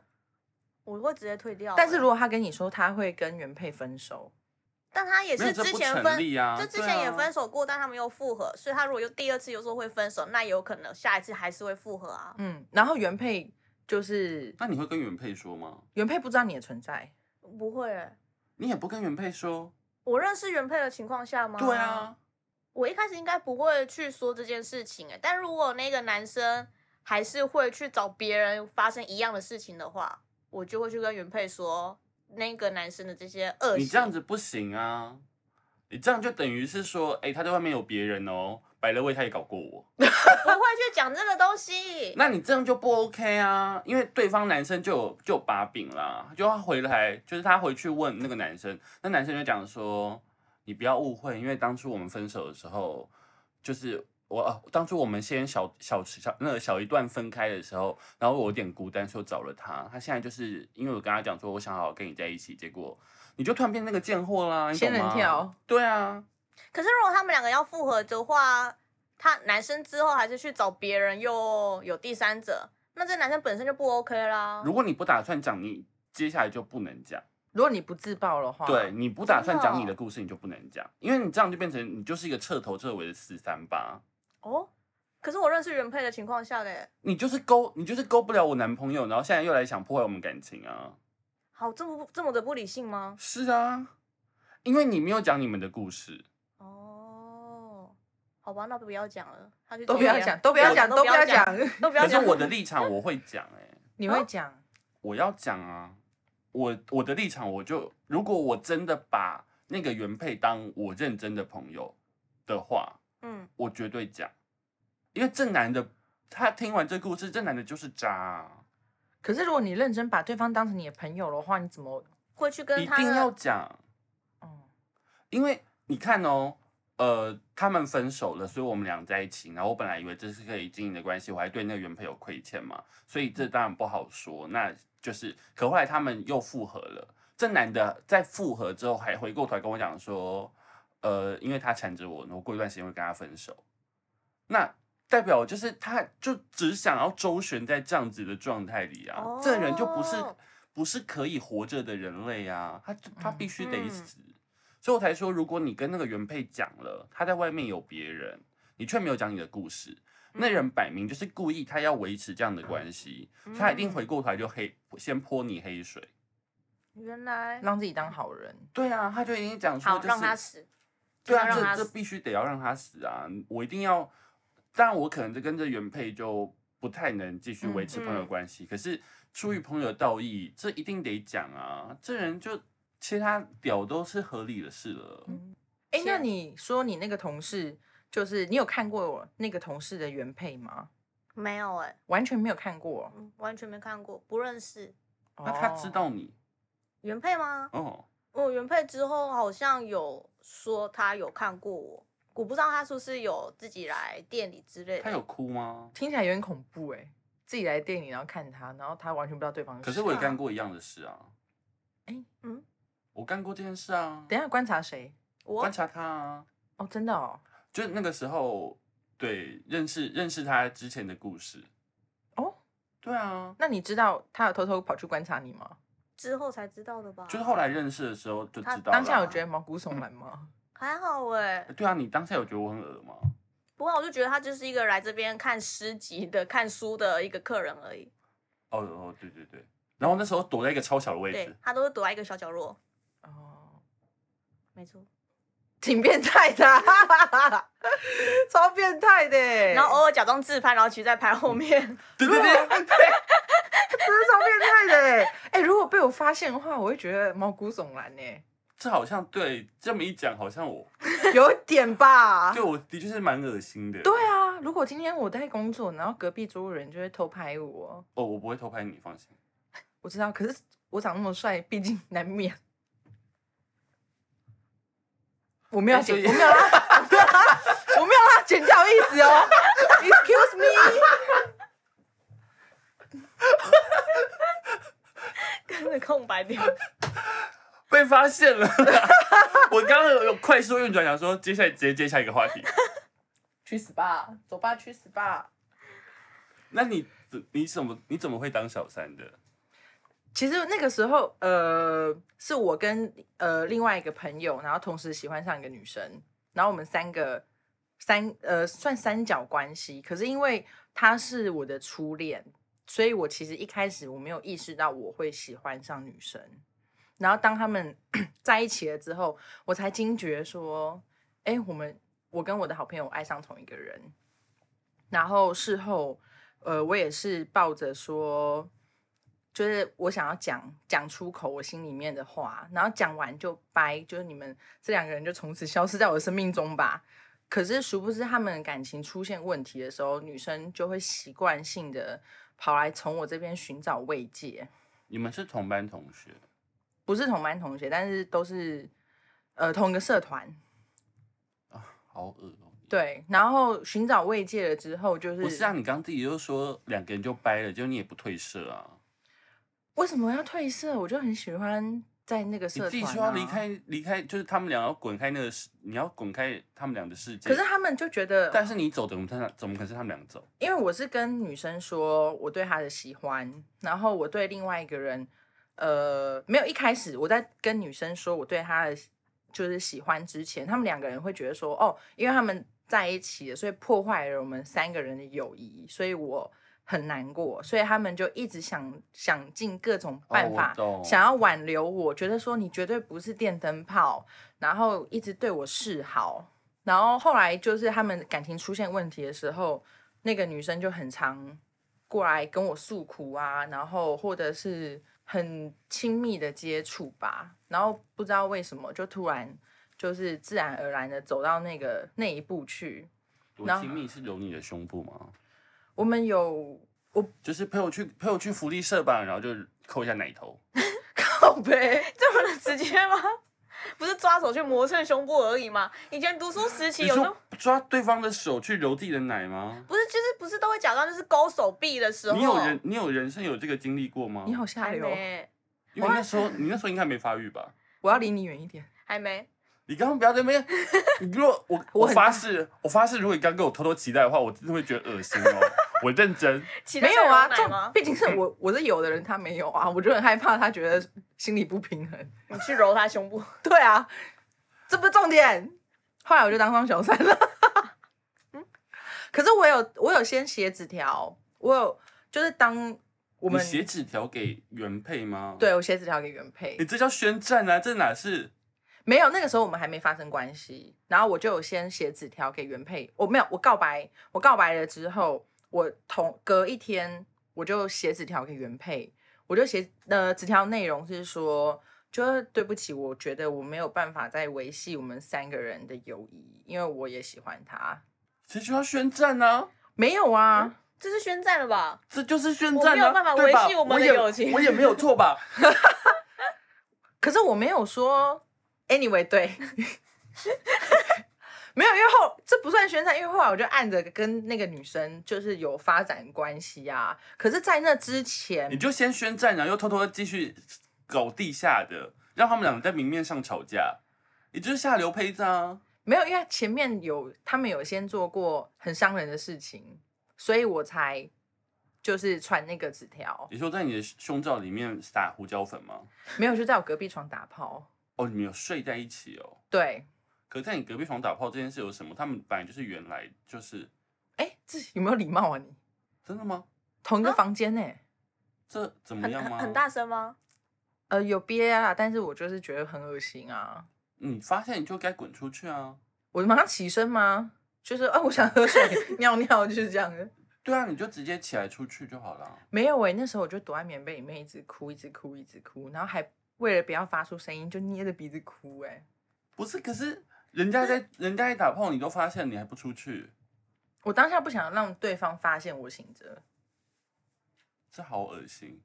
Speaker 3: 我会直接退掉欸。
Speaker 2: 但是如果他跟你说他会跟原配分手，
Speaker 3: 但他也
Speaker 1: 没有，
Speaker 3: 是
Speaker 1: 这
Speaker 3: 之
Speaker 1: 不
Speaker 3: 前
Speaker 1: 成
Speaker 3: 分，
Speaker 1: 立啊。
Speaker 3: 就之
Speaker 1: 对
Speaker 3: 前也
Speaker 1: 啊
Speaker 3: 分手过，但他们又复合，所以他如果又第二次又说会分手，那也有可能下一次还是会复合啊。
Speaker 2: 嗯，然后原配就是
Speaker 1: 那你会跟原配说吗？
Speaker 2: 原配不知道你的存在，
Speaker 3: 不会欸、
Speaker 1: 你也不跟原配说？
Speaker 3: 我认识原配的情况下吗？
Speaker 1: 对啊，，
Speaker 3: 我一开始应该不会去说这件事情、欸，但如果那个男生还是会去找别人发生一样的事情的话，我就会去跟原配说那个男生的这些恶行。
Speaker 1: 你这样子不行啊！你这样就等于是说，哎、他在外面有别人哦，百乐味他也搞过我，
Speaker 3: 不会去讲这个东西。
Speaker 1: 那你这样就不 OK 啊，因为对方男生就有就有把柄啦，就他回来就是他回去问那个男生，那男生就讲说，你不要误会，因为当初我们分手的时候，就是我、啊、当初我们先小小小那个小一段分开的时候，然后我有点孤单，所以我找了他，他现在就是因为我跟他讲说我想好好跟你在一起，结果你就突然变那个贱货啦，你懂
Speaker 2: 仙人
Speaker 1: 吗
Speaker 2: 跳，
Speaker 1: 对啊，
Speaker 3: 可是如果他们两个要复合的话，他男生之后还是去找别人，又有第三者，那这男生本身就不 OK 啦。
Speaker 1: 如果你不打算讲，你接下来就不能讲。
Speaker 2: 如果你不自爆的话，
Speaker 1: 对，你不打算
Speaker 3: 真的
Speaker 1: 讲你
Speaker 3: 哦
Speaker 1: 的故事，你就不能讲，因为你这样就变成你就是一个彻头彻尾的四三八，
Speaker 3: 哦，可是我认识原配的情况下嘞，
Speaker 1: 你就是勾，你就是勾不了我男朋友，然后现在又来想破坏我们感情啊！
Speaker 3: 好这么不这么的不理性吗？
Speaker 1: 是啊，因为你没有讲你们的故事，
Speaker 3: 哦，好吧，那不要讲了，他去
Speaker 2: 都
Speaker 3: 找
Speaker 2: 不要
Speaker 3: 别人
Speaker 2: 讲，都不要
Speaker 3: 我
Speaker 2: 讲，
Speaker 3: 都
Speaker 2: 都
Speaker 3: 不
Speaker 2: 不
Speaker 3: 要
Speaker 2: 要
Speaker 3: 讲
Speaker 2: 讲，
Speaker 3: 都不要
Speaker 1: 可是
Speaker 3: 讲。
Speaker 1: 我的立场我会讲哎、
Speaker 2: 你会讲，
Speaker 1: 我要讲啊，我我的立场我就如果我真的把那个原配当我认真的朋友的话，
Speaker 3: 嗯，
Speaker 1: 我绝对讲，因为这男的他听完这故事，这男的就是渣、啊。
Speaker 2: 可是如果你认真把对方当成你的朋友的话，你怎么？
Speaker 3: 会去跟
Speaker 1: 一
Speaker 3: 他
Speaker 1: 定要
Speaker 3: 的
Speaker 1: 讲，
Speaker 2: 嗯，
Speaker 1: 因为你看哦，呃，他们分手了，所以我们俩在一起。然后我本来以为这是可以经营的关系，我还对那个原配有亏欠嘛，所以这当然不好说。那就是，可后来他们又复合了。这男的在复合之后，还回过头来跟我讲说，呃，因为他缠着我，我过一段时间会跟他分手。那代表就是他就只想要周旋在这样子的状态里啊，
Speaker 3: 哦
Speaker 1: 这人就不是不是可以活着的人类啊，他就他
Speaker 2: 嗯
Speaker 1: 必须得
Speaker 3: 嗯
Speaker 1: 死。所以我才说，如果你跟那个原配讲了，他在外面有别人，你却没有讲你的故事，那人摆明就是故意，他要维持这样的关系，所以他一
Speaker 3: 嗯
Speaker 1: 定回过头来就黑，先泼你黑水。
Speaker 3: 原来
Speaker 2: 让自己当好人。
Speaker 1: 对啊，他就已经讲说，
Speaker 3: 好
Speaker 1: 就
Speaker 3: 让他
Speaker 1: 是
Speaker 3: 死，
Speaker 1: 对
Speaker 3: 就
Speaker 1: 啊，
Speaker 3: 要让他
Speaker 1: 这这
Speaker 3: 死
Speaker 1: 必须得要让他死啊！我一定要，当然我可能就跟这原配就不太能继续维持朋友
Speaker 3: 嗯
Speaker 1: 关系，可是出于朋友的道义，这一定得讲啊！这人就切他屌都是合理的事了。
Speaker 2: 嗯哎、
Speaker 3: 是
Speaker 1: 啊
Speaker 2: 那你说你那个同事，就是你有看过我那个同事的原配吗？
Speaker 3: 没有哎、
Speaker 2: 完全没有看过。
Speaker 3: 嗯完全没看过，不认识
Speaker 1: 那他
Speaker 2: 哦
Speaker 1: 知道你
Speaker 3: 原配吗？
Speaker 1: 哦，
Speaker 3: 我原配之后好像有说他有看过我，我不知道他是不是有自己来店里之类的。
Speaker 1: 他有哭吗？
Speaker 2: 听起来有点恐怖哎、自己来店里然后看他，然后他完全不知道对方
Speaker 1: 可是
Speaker 2: 谁
Speaker 1: 我也干过一样的事啊。
Speaker 2: 诶
Speaker 3: 嗯，
Speaker 1: 我干过这件事啊。
Speaker 2: 等一下观察谁
Speaker 3: 我
Speaker 1: 观察他啊，
Speaker 2: 哦，真的哦
Speaker 1: 就是那个时候，对认识认识他之前的故事。
Speaker 2: 哦，
Speaker 1: 对啊，
Speaker 2: 那你知道他有偷偷跑去观察你吗？
Speaker 3: 之后才知道的吧？
Speaker 1: 就是后来认识的时候就知
Speaker 3: 他
Speaker 1: 道了。
Speaker 2: 当下有觉得毛骨悚然吗？
Speaker 3: 还好哎、
Speaker 1: 对啊，你当下有觉得我很恶吗？
Speaker 3: 不过我就觉得他就是一个来这边看诗集的、看书的一个客人而已。
Speaker 1: 哦哦，对对对。然后那时候躲在一个超小的位
Speaker 3: 对
Speaker 1: 置，
Speaker 3: 他都是躲在一个小角落，
Speaker 2: 哦，
Speaker 3: 没错。
Speaker 2: 挺变态的，啊 超变态的欸，
Speaker 3: 然后偶尔假装自拍，然后其实在拍后
Speaker 2: 嗯
Speaker 3: 面。
Speaker 1: 对对对，
Speaker 2: 真的超变态的欸，哎、如果被我发现的话，我会觉得毛骨悚然呢。
Speaker 1: 这好像对这么一讲，好像我
Speaker 2: 有点吧。
Speaker 1: 对我的确是蛮恶心的。
Speaker 2: 啊对啊，如果今天我在工作，然后隔壁桌的人就会偷拍我，
Speaker 1: 哦，我不会偷拍你，放心。
Speaker 2: 我知道。可是我长那么帅，毕竟难免。我没有要剪，
Speaker 1: 所以
Speaker 2: 我没有啦，我没有啦，剪掉的意思哦。Excuse me，
Speaker 3: 跟着空白掉。
Speaker 1: 被发现了 啦。我刚刚有有快速运转，想说接下来直接接下一个话题。
Speaker 2: 去死吧，走吧，去死吧。
Speaker 1: 那你你怎么你怎么会当小三的？
Speaker 2: 其实那个时候，呃，是我跟呃另外一个朋友，然后同时喜欢上一个女生，然后我们三个三呃算三角关系。可是因为她是我的初恋，所以我其实一开始我没有意识到我会喜欢上女生。然后当他们 在一起了之后，我才惊觉说，哎，我们我跟我的好朋友爱上同一个人。然后事后，呃，我也是抱着说，就是我想要讲讲出口我心里面的话，然后讲完就掰，就是你们这两个人就从此消失在我的生命中吧。可是殊不知，他们感情出现问题的时候，女生就会习惯性的跑来从我这边寻找慰藉，
Speaker 1: 你们是同班同学，
Speaker 2: 不是同班同学，但是都是呃同一个社团。
Speaker 1: 好恶哦、
Speaker 2: 对，然后寻找慰藉了之后，就是
Speaker 1: 不是啊，你刚刚自己就说两个人就掰了，就你也不退社啊，
Speaker 2: 为什么要退社？我就很喜欢在那个
Speaker 1: 你
Speaker 2: 社团、啊。
Speaker 1: 自己说要离开离开，就是他们俩要滚开那个世，你要滚开他们俩的世界。
Speaker 2: 可是他们就觉得，
Speaker 1: 但是你走怎么他怎么可能是他们俩走？
Speaker 2: 因为我是跟女生说我对她的喜欢，然后我对另外一个人，呃，没有一开始我在跟女生说我对她的就是喜欢之前，他们两个人会觉得说，哦，因为他们在一起了，所以破坏了我们三个人的友谊，所以我很难过，所以他们就一直想想尽各种办法，
Speaker 1: 哦我懂
Speaker 2: 想要挽留我，觉得说你绝对不是电灯泡，然后一直对我示好。然后后来就是他们感情出现问题的时候，那个女生就很常过来跟我诉苦啊，然后或者是很亲密的接触吧。然后不知道为什么，就突然就是自然而然的走到那个那一步去。
Speaker 1: 多
Speaker 2: 然后
Speaker 1: 亲密是揉你的胸部吗？
Speaker 2: 我们有
Speaker 1: 就是陪我去陪我去福利社吧，然后就扣一下奶头。
Speaker 2: 靠背，
Speaker 3: 这么的直接吗？ 不是抓手去磨蹭胸部而已吗？以前读书时期
Speaker 1: 你
Speaker 3: 有时候
Speaker 1: 说抓对方的手去揉自己的奶吗？
Speaker 3: 不是，就是不是都会假装就是勾手臂的时候，
Speaker 1: 你有 人你有人生有这个经历过吗？
Speaker 2: 你好下
Speaker 3: 哦还
Speaker 2: 流，
Speaker 3: 没
Speaker 1: 因为那时候你那时候应该没发育吧？
Speaker 2: 我要离你远一点。
Speaker 3: 还没，
Speaker 1: 你刚刚不要在那 边，你如果我
Speaker 2: 我
Speaker 1: 我
Speaker 2: 很
Speaker 1: 发誓，我发誓，如果你刚跟我偷偷脐带的话，我真的会觉得恶心 哦。我认真，
Speaker 3: 期待
Speaker 2: 没有啊，
Speaker 3: 再
Speaker 2: 这
Speaker 3: 揉奶吗？
Speaker 2: 毕竟是我 我是有的人，他没有啊，我就很害怕他觉得心里不平衡。
Speaker 3: 你去揉他胸部，
Speaker 2: 对啊，这不是重点。后来我就当上小三了。可是我有我有先写纸条，我有就是当
Speaker 1: 你
Speaker 2: 我们
Speaker 1: 写纸条给原配吗？，
Speaker 2: 对我写纸条给原配
Speaker 1: 你，这叫宣战啊！这哪是
Speaker 2: 没有那个时候我们还没发生关系，然后我就有先写纸条给原配，我没有我告白，我告白了之后，我同隔一天我就写纸条给原配，我就写呃纸条内容是说，就是对不起，我觉得我没有办法再维系我们三个人的友谊，因为我也喜欢他。
Speaker 1: 这就要宣战啊！
Speaker 2: 没有啊，
Speaker 3: 这是宣战了吧？
Speaker 1: 这就是宣战啊！
Speaker 3: 我没有办法
Speaker 1: 对吧
Speaker 3: 维系我们的
Speaker 1: 也
Speaker 3: 友情
Speaker 1: 我也没有错吧？
Speaker 2: 可是我没有说，anyway，对， 没有，因为后这不算宣传，因为后来我就按着跟那个女生就是有发展关系啊。可是，在那之
Speaker 1: 你
Speaker 2: 前，
Speaker 1: 就先宣战，然后又偷偷地继续搞地下的，让他们两个在明面上吵架，也就是下流胚子啊！
Speaker 2: 没有，因为前面有他们有先做过很伤人的事情，所以我才就是传那个纸条，
Speaker 1: 你说在你的胸罩里面撒胡椒粉吗？
Speaker 2: 没有就在我隔壁床打炮。
Speaker 1: 哦，你们有睡在一起哦。
Speaker 2: 对，
Speaker 1: 可在你隔壁床打炮这件事有什么？他们本来就是原来就是
Speaker 2: 哎，这有没有礼貌啊你？
Speaker 1: 真的吗？
Speaker 2: 同一个
Speaker 3: 啊
Speaker 2: 房间呢、
Speaker 1: 这怎么
Speaker 3: 很
Speaker 1: 样吗？
Speaker 3: 很很大，声吗？
Speaker 2: 呃，有憋啊，但是我就是觉得很恶心啊。
Speaker 1: 你发现你就该滚出去啊！
Speaker 2: 我马上起身吗？就是，哦，我想喝水、尿尿，就是这样的。
Speaker 1: 对啊，你就直接起来出去就好了。
Speaker 2: 没有欸诶、那时候我就躲在棉被里面，一直哭，一直哭，一直哭，然后还为了不要发出声音，就捏着鼻子哭诶、欸
Speaker 1: 不是，可是人家在人家一打炮，你都发现，你还不出去，
Speaker 2: 我当下不想让对方发现我醒着，
Speaker 1: 这好恶心。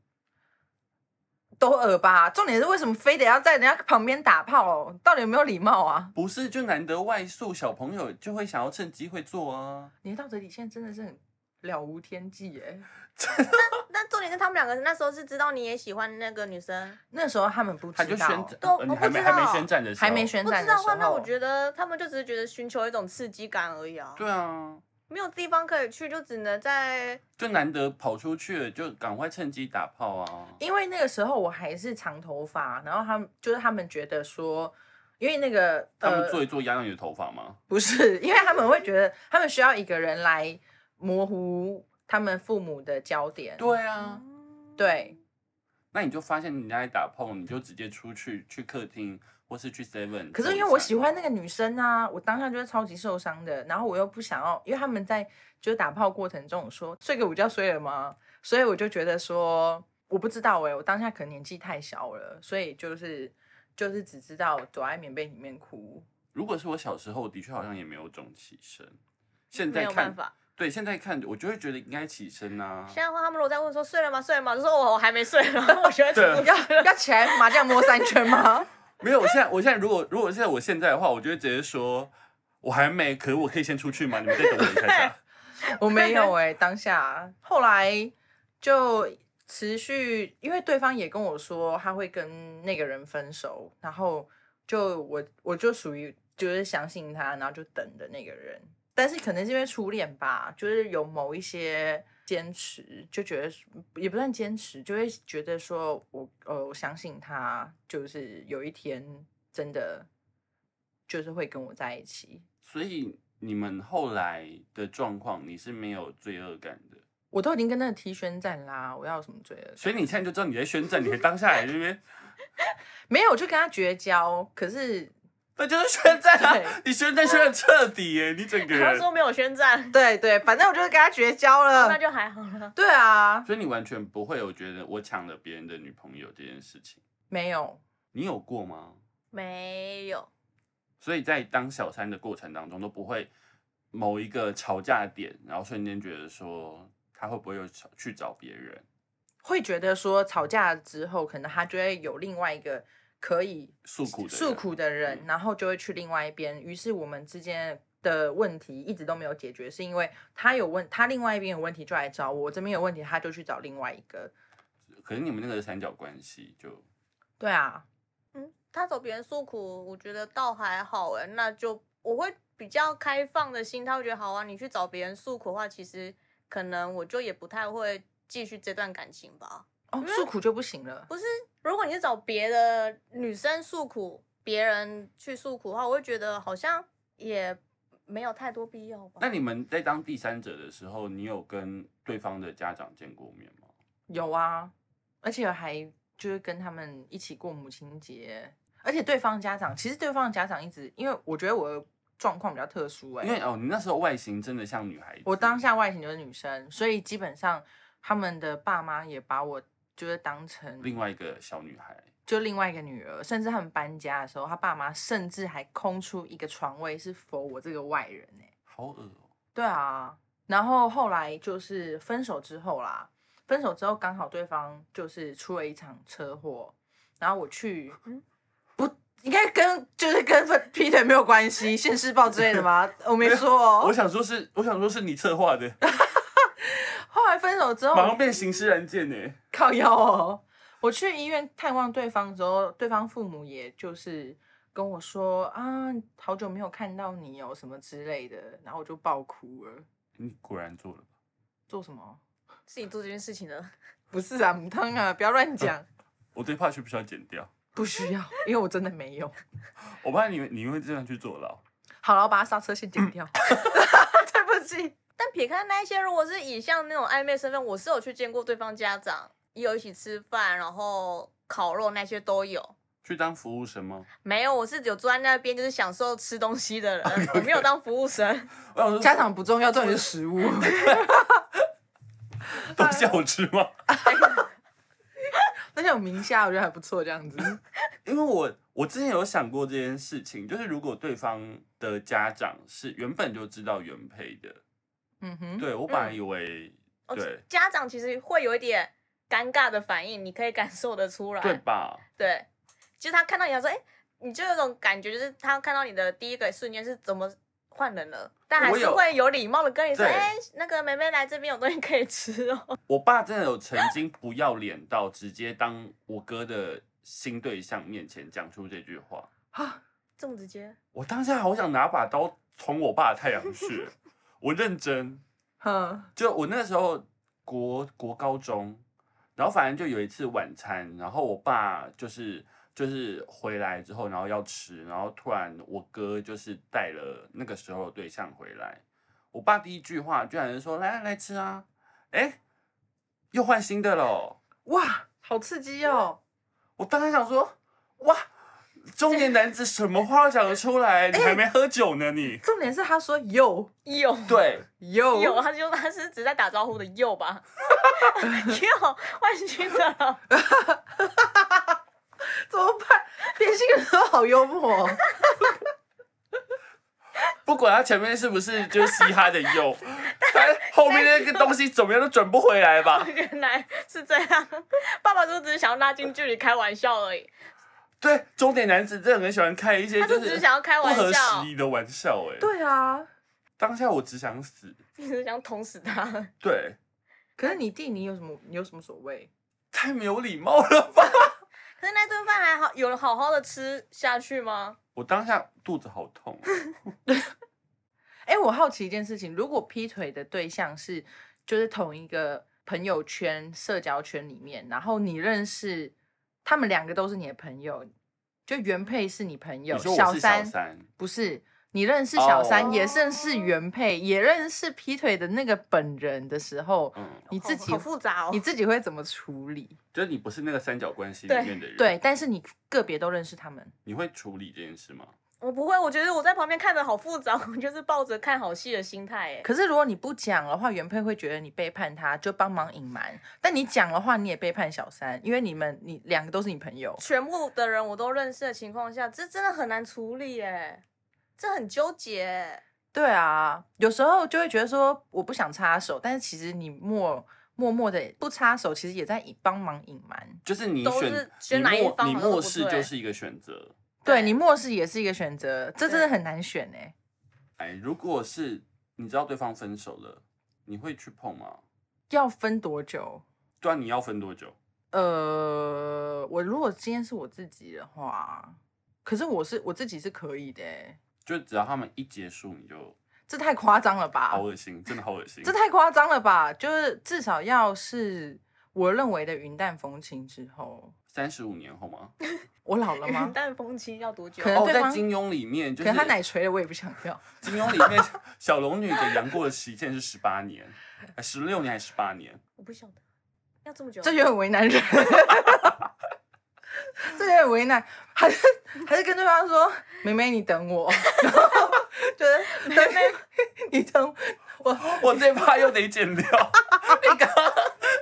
Speaker 2: 都耳吧。重点是为什么非得要在人家旁边打炮、哦？到底有没有礼貌啊？
Speaker 1: 不是，就难得外宿，小朋友就会想要趁机会做啊。
Speaker 2: 你的道德底线真的是很了无天际欸耶。
Speaker 3: 但重点是他们两个那时候是知道你也喜欢那个女生，
Speaker 2: 那时候他们不知
Speaker 1: 他
Speaker 2: 道，
Speaker 1: 就宣战，
Speaker 3: 都
Speaker 1: 呃
Speaker 3: 我
Speaker 1: 你
Speaker 3: 不
Speaker 1: 还没
Speaker 3: 知道
Speaker 1: 还没宣战的时候，
Speaker 2: 还没宣
Speaker 3: 不
Speaker 2: 战
Speaker 3: 知
Speaker 2: 的
Speaker 3: 道
Speaker 2: 时
Speaker 3: 的
Speaker 2: 候，
Speaker 3: 话，那我觉得他们就只是觉得寻求一种刺激感而已啊，
Speaker 1: 对啊，
Speaker 3: 没有地方可以去，就只能在
Speaker 1: 就难得跑出去了，就赶快趁机打炮啊。
Speaker 2: 因为那个时候我还是长头发，然后他们就是他们觉得说，因为那个
Speaker 1: 他们
Speaker 2: 呃嗯
Speaker 1: 做一做压到你的头发吗？
Speaker 2: 不是，因为他们会觉得他们需要一个人来模糊他们父母的焦点，
Speaker 1: 对啊，
Speaker 2: 对
Speaker 1: 那你就发现人家在打炮，你就直接出去去客厅或是去 Seven。
Speaker 2: 可是因为我喜
Speaker 1: 哦
Speaker 2: 欢那个女生啊，我当下就是超级受伤的，然后我又不想要，因为他们在就是打炮过程中我说睡个午觉睡了吗？所以我就觉得说我不知道哎、我当下可能年纪太小了，所以就是就是只知道躲在棉被里面哭。
Speaker 1: 如果是我小时候，的确好像也没有这种起身。现
Speaker 3: 没
Speaker 1: 在
Speaker 3: 有办
Speaker 1: 看，
Speaker 3: 法。
Speaker 1: 对，现在看我就会觉得应该起身啊。
Speaker 3: 现在的话，他们如果在问说睡了吗？睡了吗？就说哦我我还没睡， 然后我觉得
Speaker 1: 对
Speaker 2: 你要 要起来麻将摸三圈吗？
Speaker 1: 没有，我现在我现在如果如果现在我现在的话，我就会直接说，我还没，可是我可以先出去吗？你们再等我一下下。
Speaker 2: 我没有哎、当下后来就持续，因为对方也跟我说他会跟那个人分手，然后就我我就属于就是相信他，然后就等着那个人，但是可能是因为初恋吧，就是有某一些坚持，就觉得呃也不算坚持，就会觉得说我呃我相信他，就是有一天真的就是会跟我在一起，
Speaker 1: 所以你们后来的状况，你是没有罪恶感的，
Speaker 2: 我都已经跟那个提宣战啦，我要有什么罪恶感？
Speaker 1: 所以你现在就知道你在宣战，你还当下来这边，
Speaker 2: 没有，我就跟他绝交。可是，
Speaker 1: 那就是宣战啊
Speaker 2: 对！
Speaker 1: 你宣战宣的彻底耶，你整个
Speaker 3: 他
Speaker 1: 人，
Speaker 3: 说没有宣战，
Speaker 2: 对对，反正我就是跟他绝交了
Speaker 3: 那。就还好了。
Speaker 2: 对啊，
Speaker 1: 所以你完全不会有觉得我抢了别人的女朋友这件事情，
Speaker 2: 没有，
Speaker 1: 你有过吗？
Speaker 3: 没有，
Speaker 1: 所以在当小三的过程当中，都不会某一个吵架点，然后瞬间觉得说他会不会有吵去找别人，
Speaker 2: 会觉得说吵架之后，可能他就会有另外一个可以
Speaker 1: 诉苦的人
Speaker 2: 诉苦的人
Speaker 1: 嗯，
Speaker 2: 然后就会去另外一边。于是我们之间的问题一直都没有解决，是因为他有问他另外一边有问题就来找我，我这边有问题他就去找另外一个。
Speaker 1: 嗯可是你们那个三角关系就
Speaker 2: 对啊，
Speaker 3: 嗯，他走别人诉苦，我觉得倒还好哎，那就我会比较开放的心态，会觉得好啊。你去找别人诉苦的话，其实可能我就也不太会继续这段感情吧。
Speaker 2: 哦，诉苦就不行了。
Speaker 3: 不是，如果你是找别的女生诉苦，别人去诉苦的话，我会觉得好像也没有太多必要吧
Speaker 1: 那。你们在当第三者的时候，你有跟对方的家长见过面吗？
Speaker 2: 有啊，而且还就是跟他们一起过母亲节，而且对方家长其实对方家长一直，因为我觉得我的状况比较特殊哎、
Speaker 1: 因为哦，你那时候外形真的像女孩子，
Speaker 2: 我当下外形就是女生，所以基本上他们的爸妈也把我就是当成
Speaker 1: 另外一个小女孩，
Speaker 2: 就另外一个女儿，甚至他们搬家的时候，他爸妈甚至还空出一个床位是否我这个外人哎、
Speaker 1: 好恶哦。
Speaker 2: 对啊，然后后来就是分手之后啦，分手之后刚好对方就是出了一场车祸，然后我去，
Speaker 3: 嗯
Speaker 2: 不应该跟就是跟分 劈腿没有关系，现世报之类的吗？我没说
Speaker 1: 我
Speaker 2: 哦。
Speaker 1: 想说是，我想说是你策划的，
Speaker 2: 后来分手之
Speaker 1: 马
Speaker 2: 后
Speaker 1: 上变刑事案件呢。
Speaker 2: 靠腰哦，我去医院探望对方的时候，对方父母也就是。跟我说啊，好久没有看到你哦，什么之类的，然后我就爆哭了。
Speaker 1: 你果然做了，
Speaker 2: 做什么？
Speaker 3: 自己做这件事情的，
Speaker 2: 不是啊，母汤啊，不要乱讲。
Speaker 1: 我最怕需不需要剪掉？
Speaker 2: 不需要，因为我真的没有。
Speaker 1: 我怕你你会这样去坐牢。
Speaker 2: 好了，我把它刹车线剪掉。 对不起，
Speaker 3: 但撇开那一些，如果是以像那种暧昧身份，我是有去见过对方家长，也有一起吃饭，然后烤肉那些都有。
Speaker 1: 去当服务生吗？
Speaker 3: 没有，我是有坐在那边就是享受吃东西的人 我没有当服务生。
Speaker 1: 我想说
Speaker 2: 家长不重要，重点是食物。
Speaker 1: 东西好吃吗？
Speaker 2: 那而且有名下，我觉得还不错，这样子。
Speaker 1: 因为我我之前有想过这件事情，就是如果对方的家长是原本就知道原配的，
Speaker 2: 嗯哼，
Speaker 1: 对我本来以为、
Speaker 3: 哦
Speaker 1: 对
Speaker 3: 家长其实会有一点尴尬的反应，你可以感受得出来。
Speaker 1: 对吧？
Speaker 3: 对，就是他看到你，他说：“哎、你就有种感觉，就是他看到你的第一个瞬间是怎么换人了，但还
Speaker 1: 我
Speaker 3: 是
Speaker 1: 有
Speaker 3: 会有礼貌的跟你说：‘
Speaker 1: 对
Speaker 3: 哎、那个妹妹来这边有东西可以吃哦。
Speaker 1: 我爸真的有曾经不要脸到直接当我哥的新对象面前讲出这句话，
Speaker 2: 啊，’
Speaker 3: 这么直接，
Speaker 1: 我当下好想拿把刀捅我爸的太阳 穴，我认真。
Speaker 2: 哼，
Speaker 1: 就我那时候国国高中，然后反正就有一次晚餐，然后我爸就是就是回来之后，然后要吃，然后突然我哥就是带了那个时候的对象回来，我爸第一句话居然是说来来来吃啊，哎，又换新的喽，
Speaker 2: 哇，好刺激哦！
Speaker 1: 我当时想说哇。中年男子什么话都讲得出来？你还没喝酒呢，你。
Speaker 2: 重点是他说有
Speaker 3: 有
Speaker 1: 对，
Speaker 2: 有
Speaker 3: 有，他就他是只在打招呼的有吧？ 有换新的 了，
Speaker 2: 怎么办？变性人都好幽默、哦，
Speaker 1: 不管他前面是不是就是嘻哈的 有，他后面那个东西怎么样都转不回来 吧？
Speaker 3: 原来是这样。爸爸就只是想要拉近距离开玩笑 而已，
Speaker 1: 对，中年男子真的很喜欢开一些
Speaker 3: 他
Speaker 1: 就
Speaker 3: 就只
Speaker 1: 是
Speaker 3: 是想要开
Speaker 1: 不
Speaker 3: 玩
Speaker 1: 合
Speaker 3: 笑
Speaker 1: 时，宜的玩笑、欸。哎，
Speaker 2: 对啊。
Speaker 1: 当下我只想死。
Speaker 3: 你只是想捅死他。
Speaker 1: 对，
Speaker 2: 可是你弟，你有什么你有什么所谓？
Speaker 1: 太没有礼貌了吧？
Speaker 3: 可是那顿饭还好有好好的吃下去吗？
Speaker 1: 我当下肚子好痛 哦、
Speaker 2: 哎、我好奇一件事情，如果劈腿的对象是就是同一个朋友圈、社交圈里面，然后你认识他们两个都是你的朋友，就原配是你朋友，
Speaker 1: 你说我是小
Speaker 2: 三
Speaker 1: 三，
Speaker 2: 不是你认识小三
Speaker 1: 哦
Speaker 2: 也认识原配，也认识劈腿的那个本人的时候，
Speaker 1: 嗯，
Speaker 2: 你自己
Speaker 3: 好好复杂哦，
Speaker 2: 你自己会怎么处理？
Speaker 1: 就是你不是那个三角关系里
Speaker 3: 对
Speaker 1: 面的人，，
Speaker 2: 对，但是你个别都认识他们。
Speaker 1: 你会处理这件事吗？
Speaker 3: 我不会，我觉得我在旁边看的好复杂， 我就是抱着看好戏的心态哎。
Speaker 2: 可是如果你不讲的话，原配会觉得你背叛他，就帮忙隐瞒；但你讲的话，你也背叛小三，因为你们你两个都是你朋友。
Speaker 3: 全部的人我都认识的情况下，这真的很难处理哎，这很纠结欸耶。
Speaker 2: 对啊，有时候就会觉得说我不想插手，但是其实你默默默的不插手，其实也在隐帮忙隐瞒。
Speaker 1: 就是你
Speaker 3: 都
Speaker 1: 选
Speaker 3: 是选哪一
Speaker 1: 你漠
Speaker 3: 方
Speaker 1: 你
Speaker 3: 好像都
Speaker 1: 漠
Speaker 3: 不
Speaker 1: 视就
Speaker 3: 对
Speaker 1: 是一个选择。
Speaker 2: 对
Speaker 3: 对
Speaker 2: 你漠视也是一个选择，这真的
Speaker 3: 对
Speaker 2: 很难选哎、
Speaker 1: 哎，如果是你知道对方分手了，你会去碰吗？
Speaker 2: 要分多久？
Speaker 1: 对啊，你要分多久？
Speaker 2: 呃，我如果今天是我自己的话，可是我是我自己是可以的、欸，
Speaker 1: 就只要他们一结束，你就
Speaker 2: 这太夸张了吧？
Speaker 1: 好恶心，真的好恶心。
Speaker 2: 这太夸张了吧？就是至少要是我认为的云淡风轻之后，
Speaker 1: 三十五年后吗？
Speaker 2: 我老了吗
Speaker 3: 云？淡风轻要多久
Speaker 2: 可？能
Speaker 1: 哦，
Speaker 2: 对
Speaker 1: 在
Speaker 2: 方
Speaker 1: 金庸里面，就
Speaker 2: 可
Speaker 1: 是
Speaker 2: 能他奶锤了，我也不想要。
Speaker 1: 金庸里面小龙女给杨过的期限是十八年，哎十六年还是十八年？
Speaker 3: 我不晓得，要这么久？
Speaker 2: 这就很为难人， 这就很为难，还是还是跟对方说：“妹妹，你等我。” 然后就是妹妹， 你等我。
Speaker 1: 我这一趴又得剪掉。你刚刚，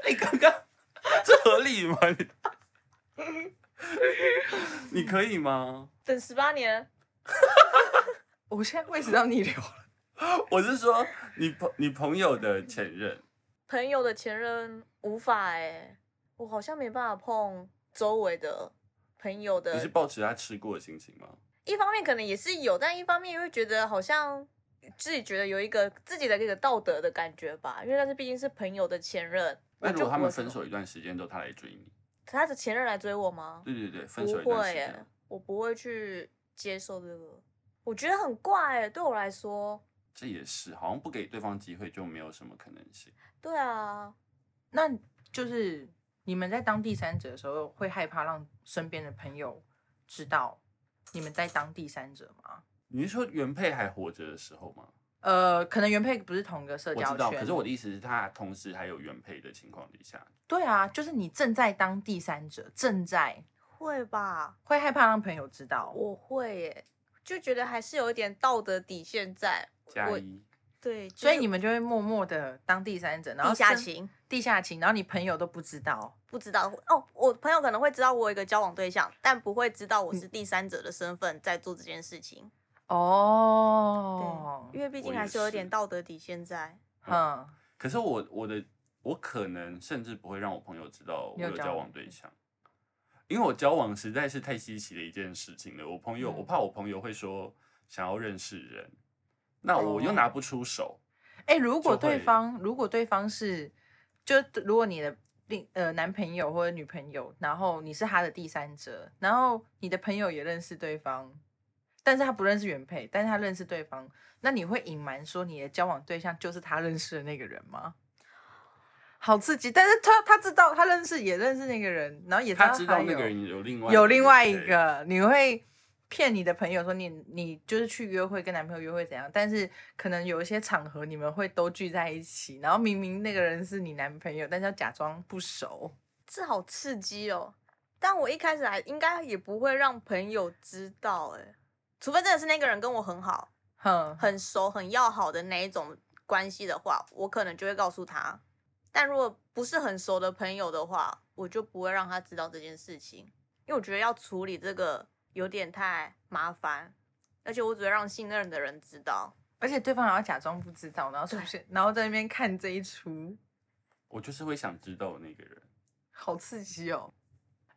Speaker 1: 你刚刚，这合理吗？ 你你可以吗？
Speaker 3: 等十八年，
Speaker 2: 我现在胃食道逆流了，
Speaker 1: 我是说你朋你朋友的前任，
Speaker 3: 朋友的前任无法哎，我好像没办法碰周围的朋友
Speaker 1: 你
Speaker 3: 的
Speaker 1: 是抱持他吃过的心情吗？
Speaker 3: 一方面可能也是有，但一方面又会觉得好像自己觉得有一个自己的一个道德的感觉吧，因为那是毕竟是朋友的前任。
Speaker 1: 那
Speaker 3: 我就
Speaker 1: 如
Speaker 2: 呃
Speaker 1: 果他
Speaker 3: 不会
Speaker 1: 们
Speaker 3: 怎么
Speaker 1: 分，手一段时间之后，他来追你，
Speaker 3: 他的前任来追我吗？
Speaker 1: 对对对，分
Speaker 3: 不
Speaker 1: 手一段
Speaker 3: 会
Speaker 1: 时
Speaker 3: 耶
Speaker 1: 间，，
Speaker 3: 我不会去接受这个，我觉得很怪耶，对我来说，
Speaker 1: 这也是好像不给对方机会就没有什么可能性。
Speaker 3: 对啊，
Speaker 2: 那就是你们在当第三者的时候，会害怕让身边的朋友知道你们在当第三者吗？
Speaker 1: 你是说原配还活着的时候吗？
Speaker 2: 呃，可能原配不是同个社
Speaker 1: 我
Speaker 2: 交圈，
Speaker 1: 知道，可是我的意思是，他同时还有原配的情况底下，
Speaker 2: 对啊，就是你正在当第三者，正在
Speaker 3: 会吧，
Speaker 2: 会害怕让朋友知道。
Speaker 3: 我会耶，就觉得还是有一点道德底线在。
Speaker 1: 加
Speaker 3: 我
Speaker 1: 一
Speaker 3: 对，就是
Speaker 2: 所以你们就会默默的当第三者，然后
Speaker 3: 地下
Speaker 2: 甚
Speaker 3: 情
Speaker 2: 地下情，然后你朋友都不知道。
Speaker 3: 不知道哦，我朋友可能会知道我有一个交往对象，但不会知道我是
Speaker 1: 嗯
Speaker 3: 第三者的身份在做这件事情。
Speaker 2: 哦，
Speaker 3: 因为毕
Speaker 1: 我
Speaker 3: 竟
Speaker 1: 也
Speaker 3: 还是有一点
Speaker 1: 是
Speaker 3: 道德底线在。
Speaker 2: 嗯，
Speaker 1: 可是我我的我可能甚至不会让我朋友知道我
Speaker 2: 你有
Speaker 1: 有
Speaker 2: 交
Speaker 1: 交
Speaker 2: 往
Speaker 1: 往对象，因为我交往实在是太稀奇的一件事情了。我朋友，
Speaker 2: 嗯
Speaker 1: 我怕我朋友会说想要认识人，那我
Speaker 2: 哦
Speaker 1: 又拿不出手。
Speaker 2: 哎、如果
Speaker 1: 就会
Speaker 2: 对方如果对方是，就如果你的另呃男朋友或者女朋友，然后你是他的第三者，然后你的朋友也认识对方，但是他不认识原配，但是他认识对方，那你会隐瞒说你的交往对象就是他认识的那个人吗？好刺激！但是他他知道他认识也认识那个人，然后也
Speaker 1: 他
Speaker 2: 道
Speaker 1: 知道
Speaker 2: 还
Speaker 1: 那个
Speaker 2: 有
Speaker 1: 人有另外
Speaker 2: 有另外一
Speaker 1: 人
Speaker 2: 个，你会骗你的朋友说你你就是去约会跟男朋友约会怎样，但是可能有一些场合你们会都聚在一起，然后明明那个人是你男朋友，但是要假装不熟。
Speaker 3: 这好刺激哦！但我一开始还应该也不会让朋友知道、哎，除非真的是那个人跟我很好、
Speaker 2: 哼，
Speaker 3: 很熟、很要好的那一种关系的话，我可能就会告诉他。但如果不是很熟的朋友的话，我就不会让他知道这件事情，因为我觉得要处理这个有点太麻烦，而且我只会让信任的人知道。
Speaker 2: 而且对方还要假装不知道，然后出现，然后在那边看这一出，
Speaker 1: 我就是会想知道那个人。
Speaker 2: 好刺激哦！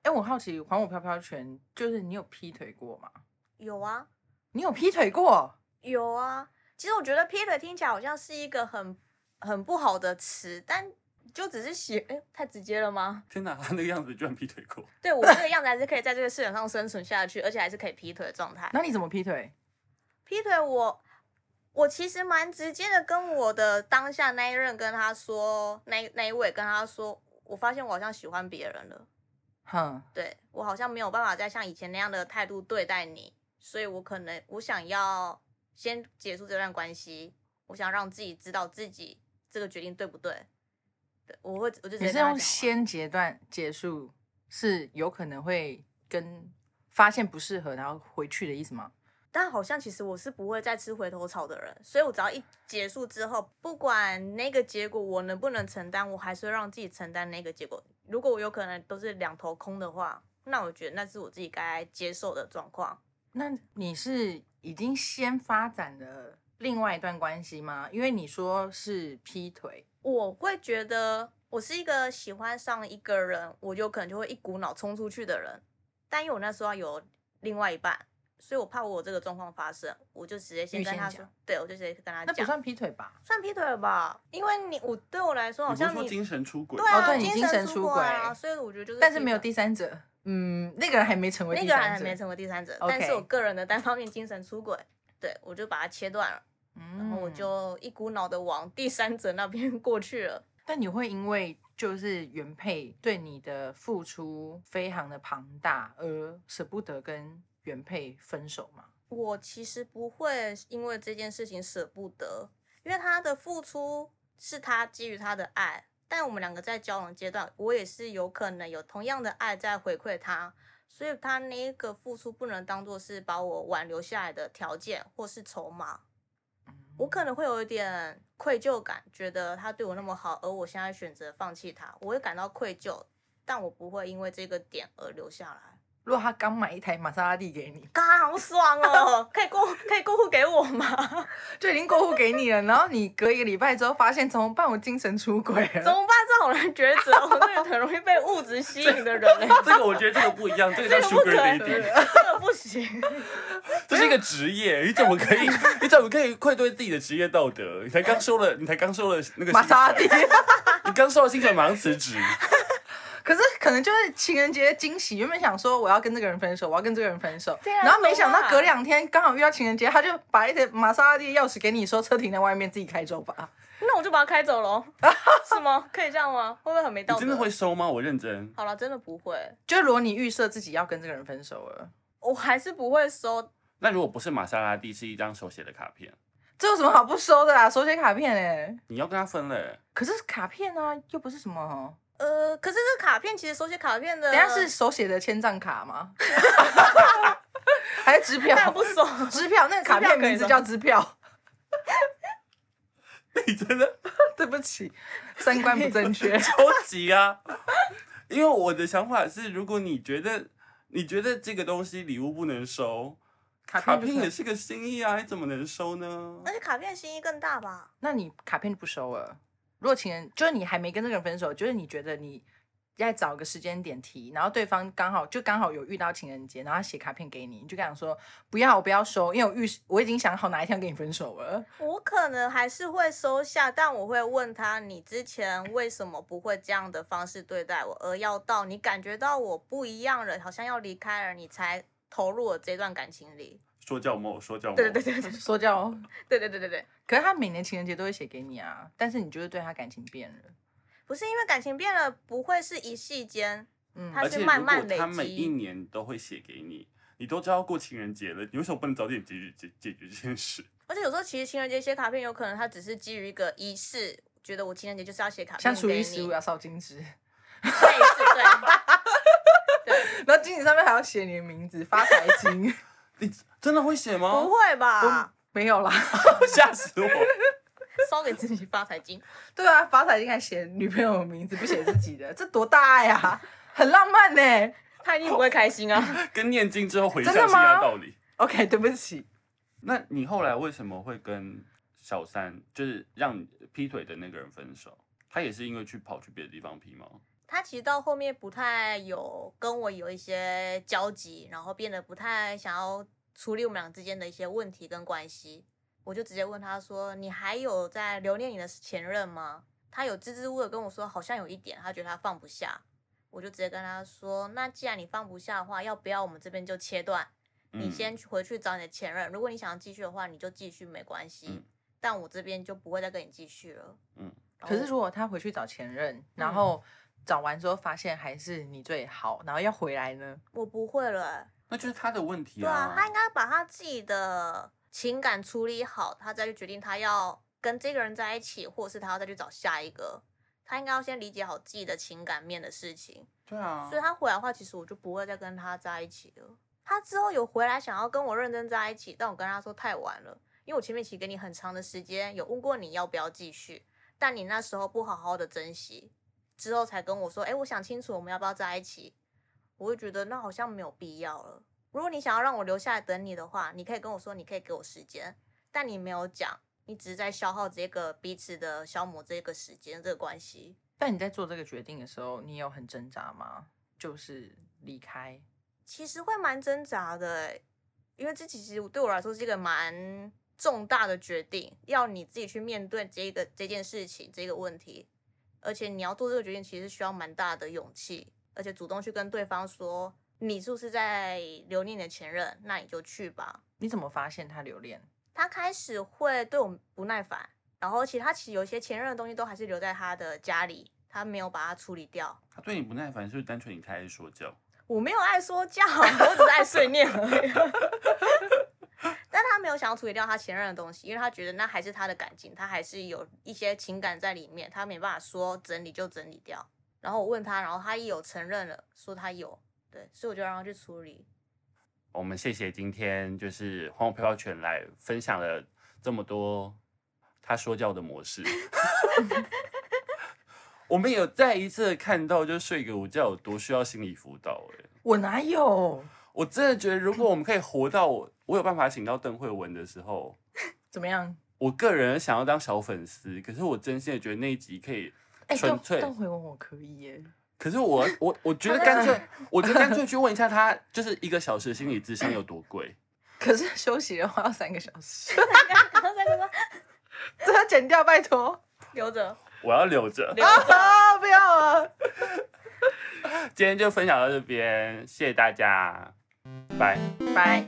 Speaker 2: 哎，我好奇，还我飘飘拳，就是你有劈腿过吗？
Speaker 3: 有啊，
Speaker 2: 你有劈腿过？
Speaker 3: 有啊，其实我觉得劈腿听起来好像是一个很很不好的词，但就只是写，哎、太直接了吗？
Speaker 1: 天哪，他那个样子居然劈腿过！
Speaker 3: 对我这个样子还是可以在这个市场上生存下去，而且还是可以劈腿的状态。
Speaker 2: 那你怎么劈腿？
Speaker 3: 劈腿我，我其实蛮直接的，跟我的当下那一任跟他说，那那一位跟他说，我发现我好像喜欢别人了，
Speaker 2: 哼，
Speaker 3: 对我好像没有办法再像以前那样的态度对待你，所以我可能我想要先结束这段关系，我想让自己知道自己这个决定对不对。对，我会我就直接
Speaker 2: 你是
Speaker 3: 跟
Speaker 2: 用
Speaker 3: 他讲话
Speaker 2: 先阶段结束，是有可能会跟发现不适合，然后回去的意思吗？
Speaker 3: 但好像其实我是不会再吃回头草的人，所以我只要一结束之后，不管那个结果我能不能承担，我还是会让自己承担那个结果。如果我有可能都是两头空的话，那我觉得那是我自己该接受的状况。
Speaker 2: 那你是已经先发展了另外一段关系吗？因为你说是劈腿，
Speaker 3: 我会觉得我是一个喜欢上一个人，我就可能就会一股脑冲出去的人。但因为我那时候有另外一半，所以我怕我有这个状况发生，我就直接先
Speaker 2: 预
Speaker 3: 跟
Speaker 2: 先
Speaker 3: 他
Speaker 2: 讲
Speaker 3: 说，对，我就直接跟他
Speaker 2: 那不
Speaker 3: 讲，
Speaker 2: 算劈腿吧？
Speaker 3: 算劈腿了吧？因为你我对我来说，好
Speaker 1: 你不是
Speaker 3: 哦像
Speaker 1: 说
Speaker 3: 你
Speaker 1: 精神出轨？
Speaker 3: 对啊，
Speaker 2: 哦对你精神
Speaker 3: 神
Speaker 2: 出
Speaker 3: 轨啊，
Speaker 2: 轨
Speaker 3: 所以我觉得就是，
Speaker 2: 但是没有第三者，嗯，那个人还没成为
Speaker 3: 那
Speaker 2: 第
Speaker 3: 个人还
Speaker 2: 三
Speaker 3: 没
Speaker 2: 者，
Speaker 3: 成为第三者，
Speaker 2: OK
Speaker 3: 但是我个人的单方面精神出轨，对我就把它切断了，
Speaker 2: 嗯
Speaker 3: 然后我就一股脑的往第三者那边 过去了。
Speaker 2: 但你会因为就是原配对你的付出非常的庞大，而舍不得跟原配分手吗？
Speaker 3: 我其实不会因为这件事情舍不得，因为他的付出是他基于他的爱，但我们两个在交往阶段，我也是有可能有同样的爱在回馈他，所以他那一个付出不能当做是把我挽留下来的条件或是筹码。我可能会有一点愧疚感，觉得他对我那么好，而我现在选择放弃他，我会感到愧疚，但我不会因为这个点而留下来。
Speaker 2: 如果他刚买一台玛莎拉蒂给你，
Speaker 3: 嘎，好爽哦！ 可以过可以过户给我吗？
Speaker 2: 就已经过户给你了，然后你隔一个礼拜之后发现怎么办？我精神出轨
Speaker 3: 怎
Speaker 2: 了。
Speaker 3: 么办？ 这种人抉择，我这个很容易被物质吸引的人欸
Speaker 1: 这个我觉得这个不一样， 这个叫
Speaker 3: 这个不
Speaker 1: sugar
Speaker 3: 可能，
Speaker 1: daddy，
Speaker 3: 这个不行。
Speaker 1: 这是一个职业，你怎么可以，你怎么可以愧对自己的职业道德？你才刚收了，你才刚收了那个
Speaker 2: 玛莎拉
Speaker 1: 薪
Speaker 2: 蒂
Speaker 1: 水，，你刚收了薪水马上辞 职，
Speaker 2: 可是可能就是情人节惊喜，原本想说我要跟这个人分手，我要跟这个人分手，
Speaker 3: 对啊
Speaker 2: 然后没想到
Speaker 3: 懂啊
Speaker 2: 隔两天刚好遇到情人节，他就把一台玛莎拉蒂的钥匙给你，说车停在外面，自己开走吧。
Speaker 3: 那我就把他开走喽，是吗？可以这样吗？会不会很没道
Speaker 1: 你
Speaker 3: 德？
Speaker 1: 真的会。收吗？我认真，
Speaker 3: 好了，真的不会，
Speaker 2: 就如果你预设自己要跟这个人分手了，
Speaker 3: 我还是不会收。
Speaker 1: 那如果不是玛莎拉蒂，是一张手写的卡片，
Speaker 2: 这有什么好不收的啦？手写卡片哎、
Speaker 1: 你要跟他分欸嘞。
Speaker 2: 可是卡片呢、又不是什么，
Speaker 3: 呃，可是这卡片其实手写卡片的，
Speaker 2: 等一下是手写的千账卡 吗？还是支票？
Speaker 3: 但不收。
Speaker 2: 支票那个卡片名字叫支票。
Speaker 1: 你真的。
Speaker 2: 对不起，三观不正确
Speaker 1: 超级啊！ 因为我的想法是，如果你觉得你觉得这个东西礼物不能收，
Speaker 2: 卡
Speaker 1: 卡
Speaker 2: 片就
Speaker 1: 片也
Speaker 2: 是，
Speaker 1: 是个心意啊，你怎么能收呢
Speaker 3: 而？且卡片心意更大吧？
Speaker 2: 那你卡片就不收了。如果情人就是你还没跟这个人分手，就是你觉得你要找个时间点提，然后对方刚好就刚好有遇到情人节，然后他写卡片给你，你就跟他讲说不要，我不要收，因为我预我已经想好哪一天要跟你分手了。
Speaker 3: 我可能还是会收下，但我会问他，你之前为什么不会这样的方式对待我，而要到你感觉到我不一样了，好像要离开了，你才投入我这段感情里。
Speaker 1: 说教某，说教某，
Speaker 3: 对对对对
Speaker 2: 说教，
Speaker 3: 对对对对对，
Speaker 2: 可是他每年情人节都会写给你啊，但是你就是对他感情变了。
Speaker 3: 不是因为感情变了，不会是一夕间，
Speaker 2: 嗯，
Speaker 3: 他
Speaker 1: 而
Speaker 3: 是
Speaker 1: 且如
Speaker 3: 慢慢
Speaker 1: 果他
Speaker 3: 累
Speaker 1: 每
Speaker 3: 积
Speaker 1: 一年都会写给你，你都知道过情人节了，你为什么不能早点解决解解决这件事？
Speaker 3: 而且有时候其实情人节写卡片，有可能他只是基于一个仪式，觉得我情人节就是要写卡
Speaker 2: 像
Speaker 3: 片
Speaker 2: 初
Speaker 3: 给
Speaker 2: 一
Speaker 3: 你，
Speaker 2: 十五要烧金纸，
Speaker 3: 类似 对。
Speaker 2: 然后金纸上面还要写你的名字，发财金。
Speaker 1: 你真的会写吗
Speaker 3: 不？会吧？
Speaker 2: 没有啦，
Speaker 1: 吓死我！
Speaker 3: 烧给自己发财金，
Speaker 2: 对啊，发财金还写女朋友的名字，不写自己的，这 多大爱 啊！很浪漫呢、
Speaker 3: 他一定不会开心 啊！
Speaker 1: 跟念经之后回想
Speaker 2: 真
Speaker 1: 是
Speaker 2: 的
Speaker 1: 一
Speaker 2: 吗
Speaker 1: 样道理。
Speaker 2: OK，对不起，
Speaker 1: 那你后来为什么会跟小三，就是让你劈腿的那个人分手？他也是因为去跑去别的地方劈吗？
Speaker 3: 他其实到后面不太有跟我有一些交集，然后变得不太想要处理我们俩之间的一些问题跟关系。我就直接问他说：“你还有在留恋你的前任吗？”他有支支吾吾地跟我说，好像有一点，他觉得他放不下。我就直接跟他说：“那既然你放不下的话，要不要我们这边就切断？你
Speaker 1: 嗯
Speaker 3: 先去回去找你的前任，如果你想要继续的话，你就继续没关系。
Speaker 1: 嗯
Speaker 3: 但我这边就不会再跟你继续了。
Speaker 1: 嗯
Speaker 3: 然后
Speaker 2: 可是如果他回去找前任，然后找完之后发现还是你最好，然后要回来呢？
Speaker 3: 我不会了欸、
Speaker 1: 那就是他的问题
Speaker 3: 对啊，他应该把他自己的情感处理好，他再去决定他要跟这个人在一起，或是他要再去找下一个。他应该要先理解好自己的情感面的事情，
Speaker 1: 对啊
Speaker 3: 所以他回来的话，其实我就不会再跟他在一起了。他之后有回来想要跟我认真在一起，但我跟他说太晚了，因为我前面其实给你很长的时间，有问过你要不要继续，但你那时候不好好的珍惜，之后才跟我说，哎、我想清楚我们要不要在一起，我会觉得那好像没有必要了。如果你想要让我留下来等你的话，你可以跟我说，你可以给我时间，但你没有讲，你只是在消耗这个彼此的消磨这个时间这个关系。
Speaker 2: 但你在做这个决定的时候，你有很挣扎吗？就是离开，
Speaker 3: 其实会蛮挣扎的欸，因为这其实对我来说是一个蛮重大的决定，要你自己去面对这个这件事情这个问题，而且你要做这个决定，其实需要蛮大的勇气，而且主动去跟对方说，你是不是在留恋你的前任，那你就去吧。
Speaker 2: 你怎么发现他留恋？
Speaker 3: 他开始会对我们不耐烦，然后其实他其实有一些前任的东西都还是留在他的家里，他没有把它处理掉。
Speaker 1: 他对你不耐烦，是不是单纯你太爱说教？
Speaker 3: 我没有爱说教， 我只是爱碎念而已。 但他没有想要处理掉他前任的东西，因为他觉得那还是他的感情，他还是有一些情感在里面，他没办法说整理就整理掉。然后我问他，然后他也有承认了，说他有，对，所以我就让他去处理。
Speaker 1: 我们谢谢今天就是黄黄飘飘犬来分享了这么多他说教的模式。 我们有再一次看到，就睡个午觉有多需要心理辅导、欸。
Speaker 2: 我哪有？
Speaker 1: 我真的觉得，如果我们可以活到我，我有办法请到邓慧文的时候，
Speaker 2: 怎么样？
Speaker 1: 我个人想要当小粉丝，可是我真心的觉得那一集可以
Speaker 2: 哎、
Speaker 1: 纯
Speaker 2: 邓
Speaker 1: 粹。
Speaker 2: 邓回文我可以耶，
Speaker 1: 可是我我我觉得干脆，我觉得干脆去问一下他，就是一个小时的心理智商有多贵？
Speaker 2: 可是休息的话要三个小时，
Speaker 3: 然后再跟他
Speaker 2: 这要剪掉，拜托。
Speaker 3: 留着，
Speaker 1: 我要留着。
Speaker 3: 留着。
Speaker 2: 啊！不要啊！
Speaker 1: 今天就分享到这边，谢谢大家，拜。
Speaker 2: 拜。